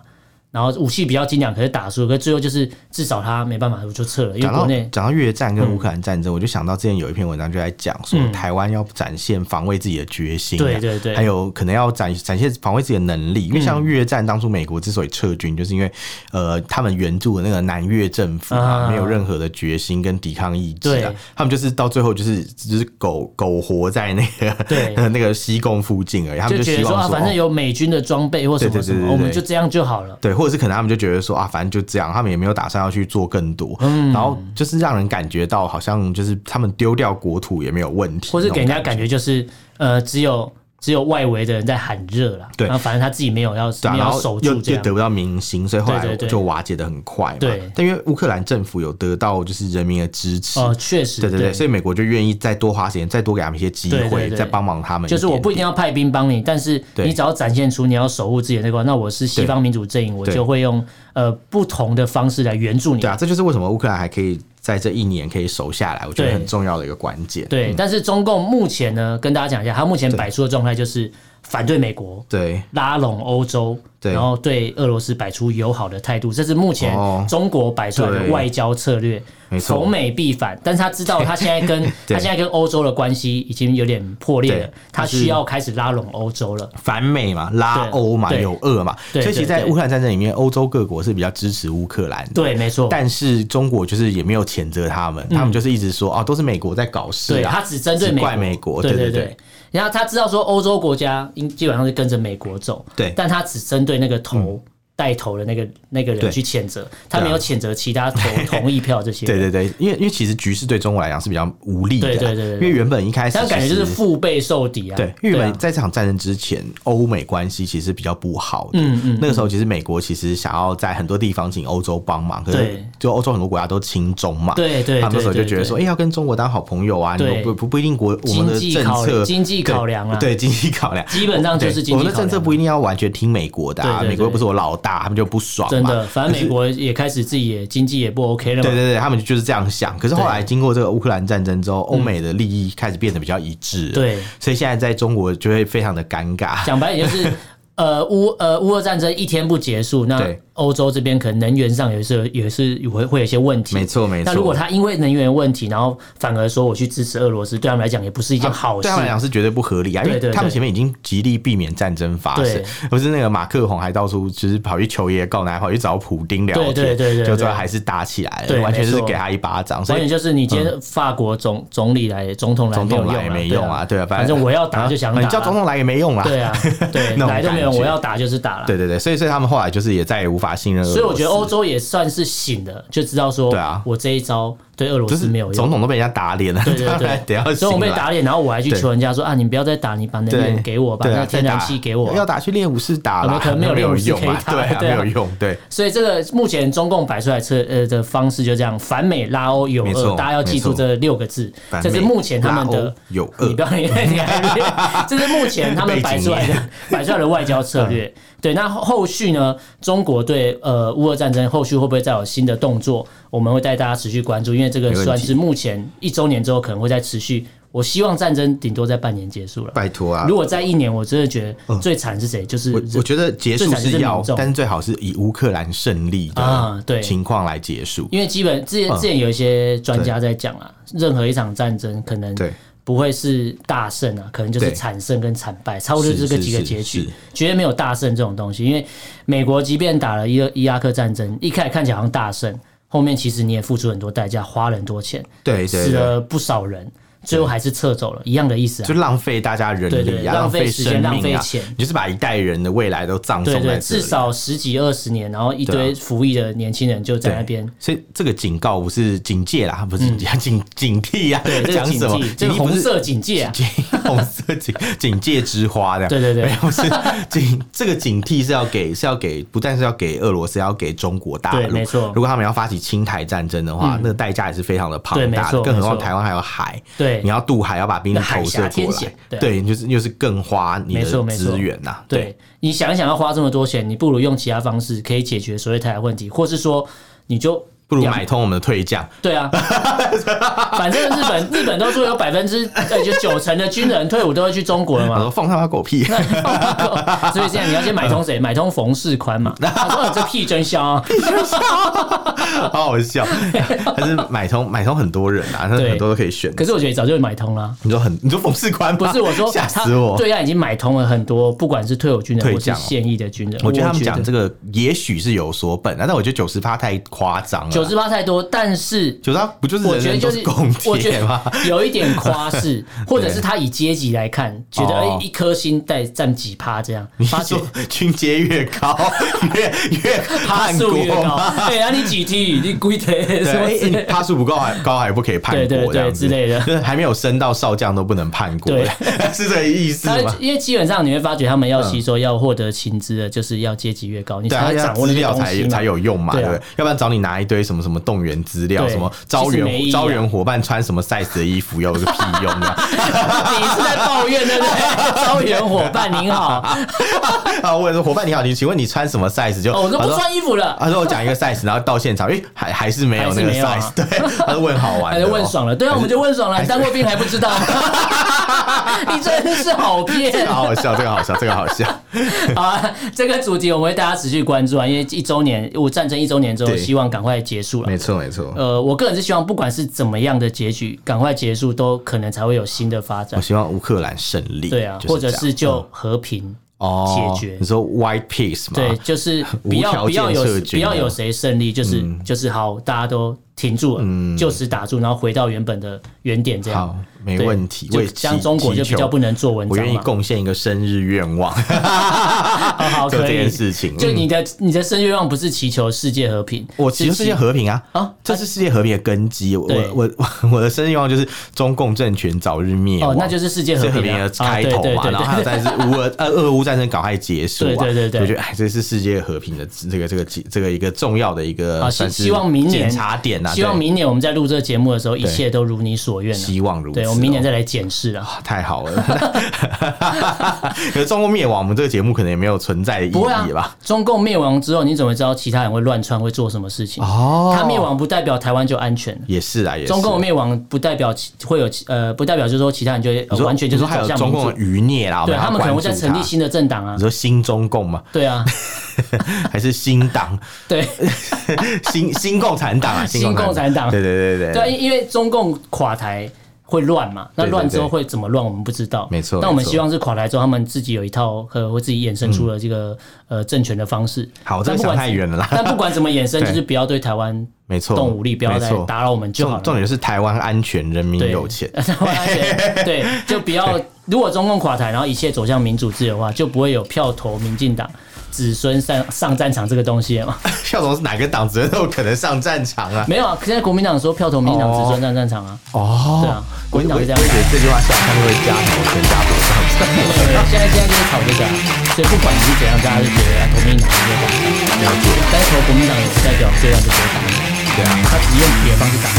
Speaker 2: 然后武器比较精良，可是打输了，可是最后就是至少他没办法，我就撤了，因为
Speaker 1: 讲
Speaker 2: 国
Speaker 1: 到
Speaker 2: 内嗯
Speaker 1: 讲到越战跟乌克兰战争，我就想到之前有一篇文章就在讲说，台湾要展现防卫自己的决心、啊，
Speaker 2: 对对对嗯
Speaker 1: 还有可能要展展现防卫自己的能力。因为像越战当初美国之所以撤军，就是因为呃他们援助的那个南越政府啊，
Speaker 2: 啊
Speaker 1: 没有任何的决心跟抵抗意志啊
Speaker 2: 对，
Speaker 1: 他们就是到最后就是就是苟苟活在那个
Speaker 2: 对
Speaker 1: 那个西贡附近而已，他们
Speaker 2: 就觉
Speaker 1: 希
Speaker 2: 得
Speaker 1: 望
Speaker 2: 说啊，反正
Speaker 1: 哦
Speaker 2: 有美军的装备或什
Speaker 1: 对
Speaker 2: 么
Speaker 1: 对对
Speaker 2: 什么，
Speaker 1: 对对
Speaker 2: 我们就这样就好了。
Speaker 1: 对，或者是可能他们就觉得说啊，反正就这样，他们也没有打算要去做更多，
Speaker 2: 嗯
Speaker 1: 然后就是让人感觉到好像就是他们丢掉国土也没有问题，
Speaker 2: 或是给人家
Speaker 1: 那种
Speaker 2: 感觉就是呃，只有只有外围的人在喊热啦，
Speaker 1: 对
Speaker 2: 然后反正他自己没有要
Speaker 1: 对啊、
Speaker 2: 没有
Speaker 1: 然
Speaker 2: 要
Speaker 1: 后
Speaker 2: 守
Speaker 1: 又
Speaker 2: 住这
Speaker 1: 又
Speaker 2: 样
Speaker 1: 得，不到民心，所以后
Speaker 2: 对
Speaker 1: 来
Speaker 2: 对对
Speaker 1: 就瓦解的很快嘛。
Speaker 2: 对
Speaker 1: 但因为乌克兰政府有得到就是人民的支持，
Speaker 2: 哦，确实，
Speaker 1: 对对对，所以美国就愿意再多花时间，再多给他们一些机会，
Speaker 2: 对对对
Speaker 1: 再帮忙他们
Speaker 2: 就是我不一定
Speaker 1: 点
Speaker 2: 要派兵帮你，但是
Speaker 1: 对
Speaker 2: 你只要展现出你要守护自己的那块，那我是西方民主阵营，我
Speaker 1: 对
Speaker 2: 就会用呃不同的方式来援助你
Speaker 1: 对。啊，这就是为什么乌克兰还可以在这一年可以守下来，我觉得
Speaker 2: 对
Speaker 1: 很重要的一个关键。
Speaker 2: 对，但是中共目前呢，跟大家讲一下，他目前
Speaker 1: 对
Speaker 2: 摆出的状态就是反对美国，
Speaker 1: 对
Speaker 2: 拉拢欧洲，
Speaker 1: 对
Speaker 2: 然后对俄罗斯摆出友好的态度，这是目前
Speaker 1: 哦
Speaker 2: 中国摆出来的
Speaker 1: 对
Speaker 2: 外交策略，
Speaker 1: 没错
Speaker 2: 逢美必反。但是他知道他现在跟他
Speaker 1: 对
Speaker 2: 现在跟欧洲的关系已经有点破裂了
Speaker 1: 对，
Speaker 2: 他
Speaker 1: 他是
Speaker 2: 需要开始拉拢欧洲了。
Speaker 1: 反美嘛，拉
Speaker 2: 对
Speaker 1: 欧嘛，
Speaker 2: 对
Speaker 1: 有俄嘛，所
Speaker 2: 对
Speaker 1: 以其实，
Speaker 2: 对
Speaker 1: 在
Speaker 2: 对
Speaker 1: 乌克兰战争里面，欧洲各国是比较支持乌克兰的。
Speaker 2: 对，没错。
Speaker 1: 但是中国就是也没有谴责他们，他们就是一直说啊，都是美国在搞事啊，
Speaker 2: 对他只针对美
Speaker 1: 只
Speaker 2: 国，
Speaker 1: 怪美国，
Speaker 2: 对
Speaker 1: 对
Speaker 2: 对。然后他知道说欧洲国家应基本上是跟着美国走，
Speaker 1: 对嗯
Speaker 2: 但他只针对那个头带头的那个那个人
Speaker 1: 对啊
Speaker 2: 去谴责，他没有谴责其 他投同意票这些人。
Speaker 1: 对对对，因为因为其实局势对中国来讲是比较无力的啊，
Speaker 2: 对对对对
Speaker 1: 因为原本一开始
Speaker 2: 这样感觉
Speaker 1: 其
Speaker 2: 就
Speaker 1: 实
Speaker 2: 是腹背受敌啊。
Speaker 1: 对，因为原
Speaker 2: 啊
Speaker 1: 本在这场战争之前，欧美关系其实比较不好的。嗯嗯，那个时候其实美国其实想要在很多地方请欧洲帮忙，可是
Speaker 2: 对
Speaker 1: 就欧洲很多国家都亲中嘛，
Speaker 2: 对对
Speaker 1: 他们那时候
Speaker 2: 对
Speaker 1: 就
Speaker 2: 对
Speaker 1: 觉得说，哎，要跟中国当好朋友啊，你
Speaker 2: 对
Speaker 1: 们不不不一定国我们的
Speaker 2: 经济
Speaker 1: 政
Speaker 2: 考
Speaker 1: 策
Speaker 2: 经济
Speaker 1: 对
Speaker 2: 考量啊
Speaker 1: 对经济考量，
Speaker 2: 基本上 就是
Speaker 1: 对
Speaker 2: 经
Speaker 1: 我
Speaker 2: 济
Speaker 1: 们的
Speaker 2: 考
Speaker 1: 政策
Speaker 2: 量。啊
Speaker 1: 不一定要完全听美国的啊，
Speaker 2: 对对对
Speaker 1: 美国又不是我老大，他们就不爽
Speaker 2: 真
Speaker 1: 嘛。
Speaker 2: 的，反正美国也开始自己也经济也不 OK 了嘛。
Speaker 1: 对对对，他们就是这样想。可是后来
Speaker 2: 对
Speaker 1: 经过这个乌克兰战争之后，欧美的利益开始变得比较一致。
Speaker 2: 对，
Speaker 1: 所以现在在中国就会非常的尴尬。
Speaker 2: 讲白也 就是。呃，乌呃乌俄战争一天不结束，那
Speaker 1: 对
Speaker 2: 欧洲这边可能能源上也是也是会会有一些问题。
Speaker 1: 没错没错
Speaker 2: 那如果他因为能源问题，然后反而说我去支持俄罗斯，对他们来讲也不是一件呃好事
Speaker 1: 啊对他。们来讲是绝对不合理啊，因
Speaker 2: 对
Speaker 1: 为
Speaker 2: 对对
Speaker 1: 他们前面已经极力避免战争发生
Speaker 2: 对，
Speaker 1: 不是那个马克宏还到处就是跑去求爷告奶，跑去找普丁聊天，
Speaker 2: 对对对对对
Speaker 1: 就最后还是打起来
Speaker 2: 对
Speaker 1: 了，完全就
Speaker 2: 没
Speaker 1: 是
Speaker 2: 错
Speaker 1: 给他一巴掌。所
Speaker 2: 完
Speaker 1: 以
Speaker 2: 全
Speaker 1: 嗯
Speaker 2: 就是你今天法国总、总理来，总统来
Speaker 1: 总
Speaker 2: 没有
Speaker 1: 统
Speaker 2: 用
Speaker 1: 来也
Speaker 2: 啊
Speaker 1: 没用啊，对啊，
Speaker 2: 反正我要打就想打啊
Speaker 1: 你叫总统来也没用啊，
Speaker 2: 对啊，对
Speaker 1: 那种
Speaker 2: 来都没
Speaker 1: 感觉
Speaker 2: 有，我要打就是打了。
Speaker 1: 对对对，所以所以他们后来就是也再也无法信任俄罗斯。
Speaker 2: 所以我觉得欧洲也算是醒的，就知道说，
Speaker 1: 对啊
Speaker 2: 我这一招对俄罗
Speaker 1: 就
Speaker 2: 斯
Speaker 1: 是
Speaker 2: 没有
Speaker 1: 总
Speaker 2: 用。
Speaker 1: 统都被人家打脸了，
Speaker 2: 对对
Speaker 1: 当然得要
Speaker 2: 对，所以我被
Speaker 1: 醒来
Speaker 2: 打脸，然后我还去
Speaker 1: 对
Speaker 2: 求人家说啊，你不要再打，你把能源
Speaker 1: 对，
Speaker 2: 给我，把
Speaker 1: 对
Speaker 2: 那
Speaker 1: 啊
Speaker 2: 个天
Speaker 1: 再
Speaker 2: 然
Speaker 1: 打
Speaker 2: 气给我。
Speaker 1: 要打去练武士打
Speaker 2: 我们
Speaker 1: 啦，
Speaker 2: 可能没有
Speaker 1: 那
Speaker 2: 练武士
Speaker 1: 用
Speaker 2: 可以
Speaker 1: 嘛，
Speaker 2: 打
Speaker 1: 对啊，
Speaker 2: 对
Speaker 1: 没
Speaker 2: 啊
Speaker 1: 有用，对。
Speaker 2: 所以这个目前中共摆出来策呃的方式就这样，反美拉欧友
Speaker 1: 没
Speaker 2: 俄，
Speaker 1: 错
Speaker 2: 大家要记住
Speaker 1: 没错
Speaker 2: 这六个字，
Speaker 1: 反
Speaker 2: 这是
Speaker 1: 美
Speaker 2: 目前他们
Speaker 1: 拉
Speaker 2: 的
Speaker 1: 欧呃友
Speaker 2: 你
Speaker 1: 俄
Speaker 2: 不要 你你还这是目前他们摆出 来
Speaker 1: 背景
Speaker 2: 的摆出来的外交策略。对，那后后续呢？中国对呃乌俄战争后续会不会再有新的动作？我们会带大家持续关注，因为这个
Speaker 1: 没问题
Speaker 2: 算是目前一周年之后可能会再持续。我希望战争顶多在半年结束了。
Speaker 1: 拜托啊嗯
Speaker 2: 如！果在一年，我真的觉得最惨是谁？就是
Speaker 1: 我我觉得结束
Speaker 2: 最惨就是是
Speaker 1: 要
Speaker 2: 民，众
Speaker 1: 但是最好是以乌克兰胜利
Speaker 2: 啊
Speaker 1: 的
Speaker 2: 对
Speaker 1: 情况来结束。
Speaker 2: 因为基本
Speaker 1: 嗯
Speaker 2: 之前之前有一些专家在讲啊，任何一场战争可能
Speaker 1: 对
Speaker 2: 不会是大胜啊，可能就是
Speaker 1: 对
Speaker 2: 惨胜跟惨败，差不多就是这个几个结
Speaker 1: 是是
Speaker 2: 局
Speaker 1: 是，
Speaker 2: 绝对没有大胜这种东西。因为美国即便打了伊拉伊拉克战争，一开始看起来好像大胜，后面其实你也付出很多代价，花了很多钱，
Speaker 1: 对对
Speaker 2: 死
Speaker 1: 对，
Speaker 2: 了不少人，最后还是撤走了，一样的意思啊
Speaker 1: 就。浪费大家人
Speaker 2: 对对
Speaker 1: 力啊，
Speaker 2: 浪费
Speaker 1: 费
Speaker 2: 时
Speaker 1: 生
Speaker 2: 间浪
Speaker 1: 命啊
Speaker 2: 费钱，
Speaker 1: 你就是把一代人的未来都葬送
Speaker 2: 对
Speaker 1: 在这
Speaker 2: 对，
Speaker 1: 里。
Speaker 2: 至少十几二十年，然后一
Speaker 1: 对
Speaker 2: 堆
Speaker 1: 啊
Speaker 2: 服役的年轻人就在那边嗯
Speaker 1: 对，所以这个警告不是警戒啦，不是警戒， 警警惕呀、
Speaker 2: 对这个
Speaker 1: 讲
Speaker 2: 警
Speaker 1: 什么
Speaker 2: 戒，？这个
Speaker 1: 警惕不
Speaker 2: 红
Speaker 1: 是
Speaker 2: 色警戒啊，
Speaker 1: 警红色警警戒之花这样。
Speaker 2: 对对对
Speaker 1: 没有是警这个警惕是要给是要给，不但是要给俄罗斯，也要给中国大
Speaker 2: 对
Speaker 1: 陆。
Speaker 2: 没错嗯
Speaker 1: 如果他们要发起侵台战争的话，那个代价也是非常的庞
Speaker 2: 对没
Speaker 1: 大的，
Speaker 2: 错
Speaker 1: 更何况
Speaker 2: 没错
Speaker 1: 台湾还有海。
Speaker 2: 对
Speaker 1: 你，要渡海，要把兵力
Speaker 2: 海
Speaker 1: 投
Speaker 2: 峡
Speaker 1: 射
Speaker 2: 天
Speaker 1: 过来
Speaker 2: 险，对啊
Speaker 1: 对，就是又是更花你
Speaker 2: 没错
Speaker 1: 的
Speaker 2: 没错
Speaker 1: 资源呐、
Speaker 2: 对你想一想要花这么多钱，你不如用其他方式可以解决所谓台湾问题，或是说你就
Speaker 1: 不如
Speaker 2: 两
Speaker 1: 买通我们的退将，
Speaker 2: 对啊，反正日本日本都说有百分之呃就九成的军人退伍都会去中国了
Speaker 1: 我
Speaker 2: 嘛
Speaker 1: 说。放他妈狗屁！
Speaker 2: 所以现在你要先买通谁？买通冯世宽嘛？他说你呃这屁真 香、啊，
Speaker 1: 好好笑， 还是买通买通很多人啊，他
Speaker 2: 对
Speaker 1: 很多都可以选。
Speaker 2: 可是我觉得早就买通了、
Speaker 1: 你说很，你说冯世宽吗
Speaker 2: 不是我说
Speaker 1: 吓
Speaker 2: 他
Speaker 1: 死我！
Speaker 2: 对岸已经买通了很多，不管是退伍军人
Speaker 1: 退
Speaker 2: 或是
Speaker 1: 将哦
Speaker 2: 现役的军人。
Speaker 1: 我觉得他们讲这个也许是有所本啊，但我觉得九十趴太夸张了。
Speaker 2: 九十八太多，但是
Speaker 1: 九十趴不就是
Speaker 2: 我
Speaker 1: 人
Speaker 2: 觉得
Speaker 1: 人
Speaker 2: 就
Speaker 1: 都
Speaker 2: 是
Speaker 1: 公，
Speaker 2: 我觉
Speaker 1: 铁吗？
Speaker 2: 得有一点 夸饰，或者是他以阶级来看，觉得
Speaker 1: 哦
Speaker 2: 哎一颗星带占几趴这样，
Speaker 1: 你
Speaker 2: 发
Speaker 1: 是
Speaker 2: 现
Speaker 1: 说军阶越 高越越
Speaker 2: 趴
Speaker 1: 叛
Speaker 2: 数越
Speaker 1: 国
Speaker 2: 高
Speaker 1: 吗？，
Speaker 2: 对啊，你几 T，你几 T
Speaker 1: 对，
Speaker 2: 什么
Speaker 1: 哎
Speaker 2: 之
Speaker 1: 你
Speaker 2: 类的
Speaker 1: 趴数不高还高还不可以叛
Speaker 2: 对对
Speaker 1: 国这样
Speaker 2: 对
Speaker 1: 子
Speaker 2: 之类的。
Speaker 1: 就是还没有升到少将都不能叛国， 是这个意思
Speaker 2: 他
Speaker 1: 吗？
Speaker 2: 因为基本上你会发觉，他们要吸收、要获得薪资的，就是要阶级越高，你
Speaker 1: 嗯对
Speaker 2: 才
Speaker 1: 啊，
Speaker 2: 会
Speaker 1: 要
Speaker 2: 掌握
Speaker 1: 资
Speaker 2: 那些
Speaker 1: 料
Speaker 2: 东
Speaker 1: 才
Speaker 2: 西
Speaker 1: 有
Speaker 2: 嘛
Speaker 1: 才。有用嘛，
Speaker 2: 对
Speaker 1: 对
Speaker 2: 啊
Speaker 1: 不对？要不然找你拿一堆什么什么动员资料，
Speaker 2: 对
Speaker 1: 什么招
Speaker 2: 其实没意
Speaker 1: 员
Speaker 2: 义啊
Speaker 1: 招员伙伴穿什么 size 的衣服，又有个屁用啊！
Speaker 2: 你是在抱怨对不 对？招员伙伴您好，
Speaker 1: 啊，我也说伙伴你好，你请问你穿什么 size？就
Speaker 2: 哦我都
Speaker 1: 他
Speaker 2: 不
Speaker 1: 说
Speaker 2: 穿衣服了，
Speaker 1: 他说我讲一个 size，然后到现场，诶，还还是没有那个
Speaker 2: 还是没有啊
Speaker 1: size，对， 他说问好玩
Speaker 2: 还
Speaker 1: 的
Speaker 2: 是
Speaker 1: 哦，
Speaker 2: 问爽了，对啊，我们就问爽了，当过兵还不知 道，你真是好
Speaker 1: 这
Speaker 2: 骗
Speaker 1: 个好好笑，这个好笑，这个好 笑，
Speaker 2: 好啊！这个主题我们会大家持续关注啊，因为一周年，我战争一周年之后，
Speaker 1: 对
Speaker 2: 希望赶快结束了。
Speaker 1: 没错没错。
Speaker 2: 呃，我个人是希望，不管是怎么样的结局，赶快结束，都可能才会有新的发
Speaker 1: 我
Speaker 2: 展。
Speaker 1: 希望乌克兰胜利，
Speaker 2: 对啊，
Speaker 1: 就
Speaker 2: 或者
Speaker 1: 这样嗯
Speaker 2: 是就和平，
Speaker 1: 哦
Speaker 2: 解决
Speaker 1: 你说 white peace 嘛？
Speaker 2: 对， 就是不要
Speaker 1: 啊无条件啊
Speaker 2: 不要有
Speaker 1: 撤
Speaker 2: 不
Speaker 1: 军
Speaker 2: 要有谁胜利，就是
Speaker 1: 嗯
Speaker 2: 就是好，大家都停住了，就此打住，然后回到原本的原点，这样
Speaker 1: 好，没
Speaker 2: 对
Speaker 1: 问题。
Speaker 2: 就
Speaker 1: 为
Speaker 2: 像
Speaker 1: 祈
Speaker 2: 中国就比
Speaker 1: 祈
Speaker 2: 较
Speaker 1: 求
Speaker 2: 不能做文
Speaker 1: 我
Speaker 2: 章
Speaker 1: 愿意
Speaker 2: 嘛。
Speaker 1: 贡献一个生日愿望，
Speaker 2: 好 好，
Speaker 1: 就
Speaker 2: 可
Speaker 1: 这
Speaker 2: 以
Speaker 1: 件。事情。
Speaker 2: 就
Speaker 1: 嗯
Speaker 2: 你的你的深愿望不是祈求世界和平，
Speaker 1: 我祈求世界和平啊！
Speaker 2: 啊
Speaker 1: 这是世界和平的根基。我
Speaker 2: 对
Speaker 1: 我我我的生日愿望就是中共政权早日灭
Speaker 2: 哦
Speaker 1: 亡，，
Speaker 2: 那就是世界
Speaker 1: 世界
Speaker 2: 和
Speaker 1: 和
Speaker 2: 平
Speaker 1: 平
Speaker 2: 啊
Speaker 1: 的
Speaker 2: 啊
Speaker 1: 开头
Speaker 2: 对对
Speaker 1: 嘛。
Speaker 2: 对
Speaker 1: 然后还有
Speaker 2: 对，
Speaker 1: 再是乌俄呃俄乌战争赶快结束啊！
Speaker 2: 对对对对
Speaker 1: 我觉得哎，这是世界和平的这个这个这个一个重要的一
Speaker 2: 啊
Speaker 1: 个
Speaker 2: 希
Speaker 1: 算是
Speaker 2: 希望明
Speaker 1: 检
Speaker 2: 年
Speaker 1: 查点啊，
Speaker 2: 希望
Speaker 1: 对
Speaker 2: 明年我们在录这个节目的时候，一切都如你所愿啊。
Speaker 1: 希望如此哦。
Speaker 2: 对，我们明年再来检视啊。
Speaker 1: 太好了， 可是中共灭亡，我们这个节目可能也没有存在的意
Speaker 2: 不会啊
Speaker 1: 义吧？，
Speaker 2: 中共灭亡之后，你怎么知道其他人会乱窜，会做什么事情？
Speaker 1: 哦
Speaker 2: 他灭亡不代表台湾就安全。
Speaker 1: 也是啊，也是。
Speaker 2: 中共灭亡不代表其会有其呃，不代表就是说其他人就会、呃
Speaker 1: 你说
Speaker 2: 完全就是
Speaker 1: 你说还
Speaker 2: 走
Speaker 1: 有
Speaker 2: 向
Speaker 1: 中
Speaker 2: 民
Speaker 1: 共
Speaker 2: 主
Speaker 1: 的。余孽啦，我
Speaker 2: 对
Speaker 1: 要
Speaker 2: 他们可能会
Speaker 1: 关
Speaker 2: 再
Speaker 1: 注
Speaker 2: 成立
Speaker 1: 它
Speaker 2: 新的政党啊
Speaker 1: 你。说新中共吗？
Speaker 2: 对啊，
Speaker 1: 还是新党？
Speaker 2: 对
Speaker 1: 新 新共产党啊？
Speaker 2: 新共产党
Speaker 1: 对对对对。
Speaker 2: 对，因啊因为中共垮台会乱嘛，那
Speaker 1: 对对
Speaker 2: 乱之后
Speaker 1: 对
Speaker 2: 会怎么乱我们不知道。
Speaker 1: 没错
Speaker 2: 但我们
Speaker 1: 没错
Speaker 2: 希望是垮台之后，他们自己有一套呃，会自己衍生出了这个呃政权的方式。
Speaker 1: 嗯好这个
Speaker 2: 但不管
Speaker 1: 想太远了啦
Speaker 2: 但不管怎么衍生，
Speaker 1: 对
Speaker 2: 就是不要对台湾
Speaker 1: 没错，
Speaker 2: 动武力，不要
Speaker 1: 没
Speaker 2: 再
Speaker 1: 错
Speaker 2: 打扰我们就好
Speaker 1: 重
Speaker 2: 了。
Speaker 1: 重点是台湾安全，人民
Speaker 2: 对。
Speaker 1: 有钱
Speaker 2: 台湾安全 对，就不要。如果中共垮台，然后一切走向民主自由的话，就不会有票投民进党、子孙上上战场这个东西了嘛？
Speaker 1: 校总是哪个党子都有可能上战场啊？
Speaker 2: 没有啊，现在国民党说票投民进党、
Speaker 1: 哦
Speaker 2: 子孙上战场啊。
Speaker 1: 哦，
Speaker 2: 对啊
Speaker 1: 我
Speaker 2: 国民党
Speaker 1: 我
Speaker 2: 就这样
Speaker 1: 我也觉得这句话下他们会加头全家不上场。
Speaker 2: 对对对，现在现在就是吵这个啊，所以不管你是怎样，大家就觉得啊投民进党就打，
Speaker 1: 了解，
Speaker 2: 但是投国民党也不代表这样就不会打你，
Speaker 1: 对啊，
Speaker 2: 他只用别的方式打你，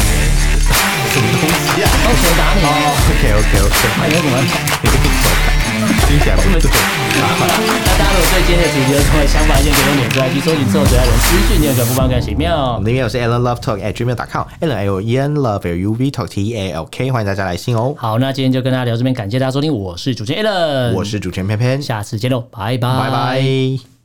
Speaker 1: 什么东西啊？
Speaker 2: 他谁打你
Speaker 1: 哦
Speaker 2: 呢？
Speaker 1: ，OK OK OK，
Speaker 2: 那你又怎么办？
Speaker 1: 你不懂啊听起来不对。
Speaker 2: 那大家如果对今天的主题有什么想法、意见，可以用脸书 IG 搜寻“臭嘴爱人”私讯，你有个不帮感奇
Speaker 1: 我
Speaker 2: 妙
Speaker 1: 们。的 email 是 alan love talk at gmail dot com，alan l e n love l u v talk t a l k，欢迎大家来信哦。
Speaker 2: 好，那今天就跟大家聊这边，感谢大家收听，我是主持人 Alan，
Speaker 1: 我是主持人偏偏，
Speaker 2: 嗯下次见喽，拜拜，
Speaker 1: 拜拜。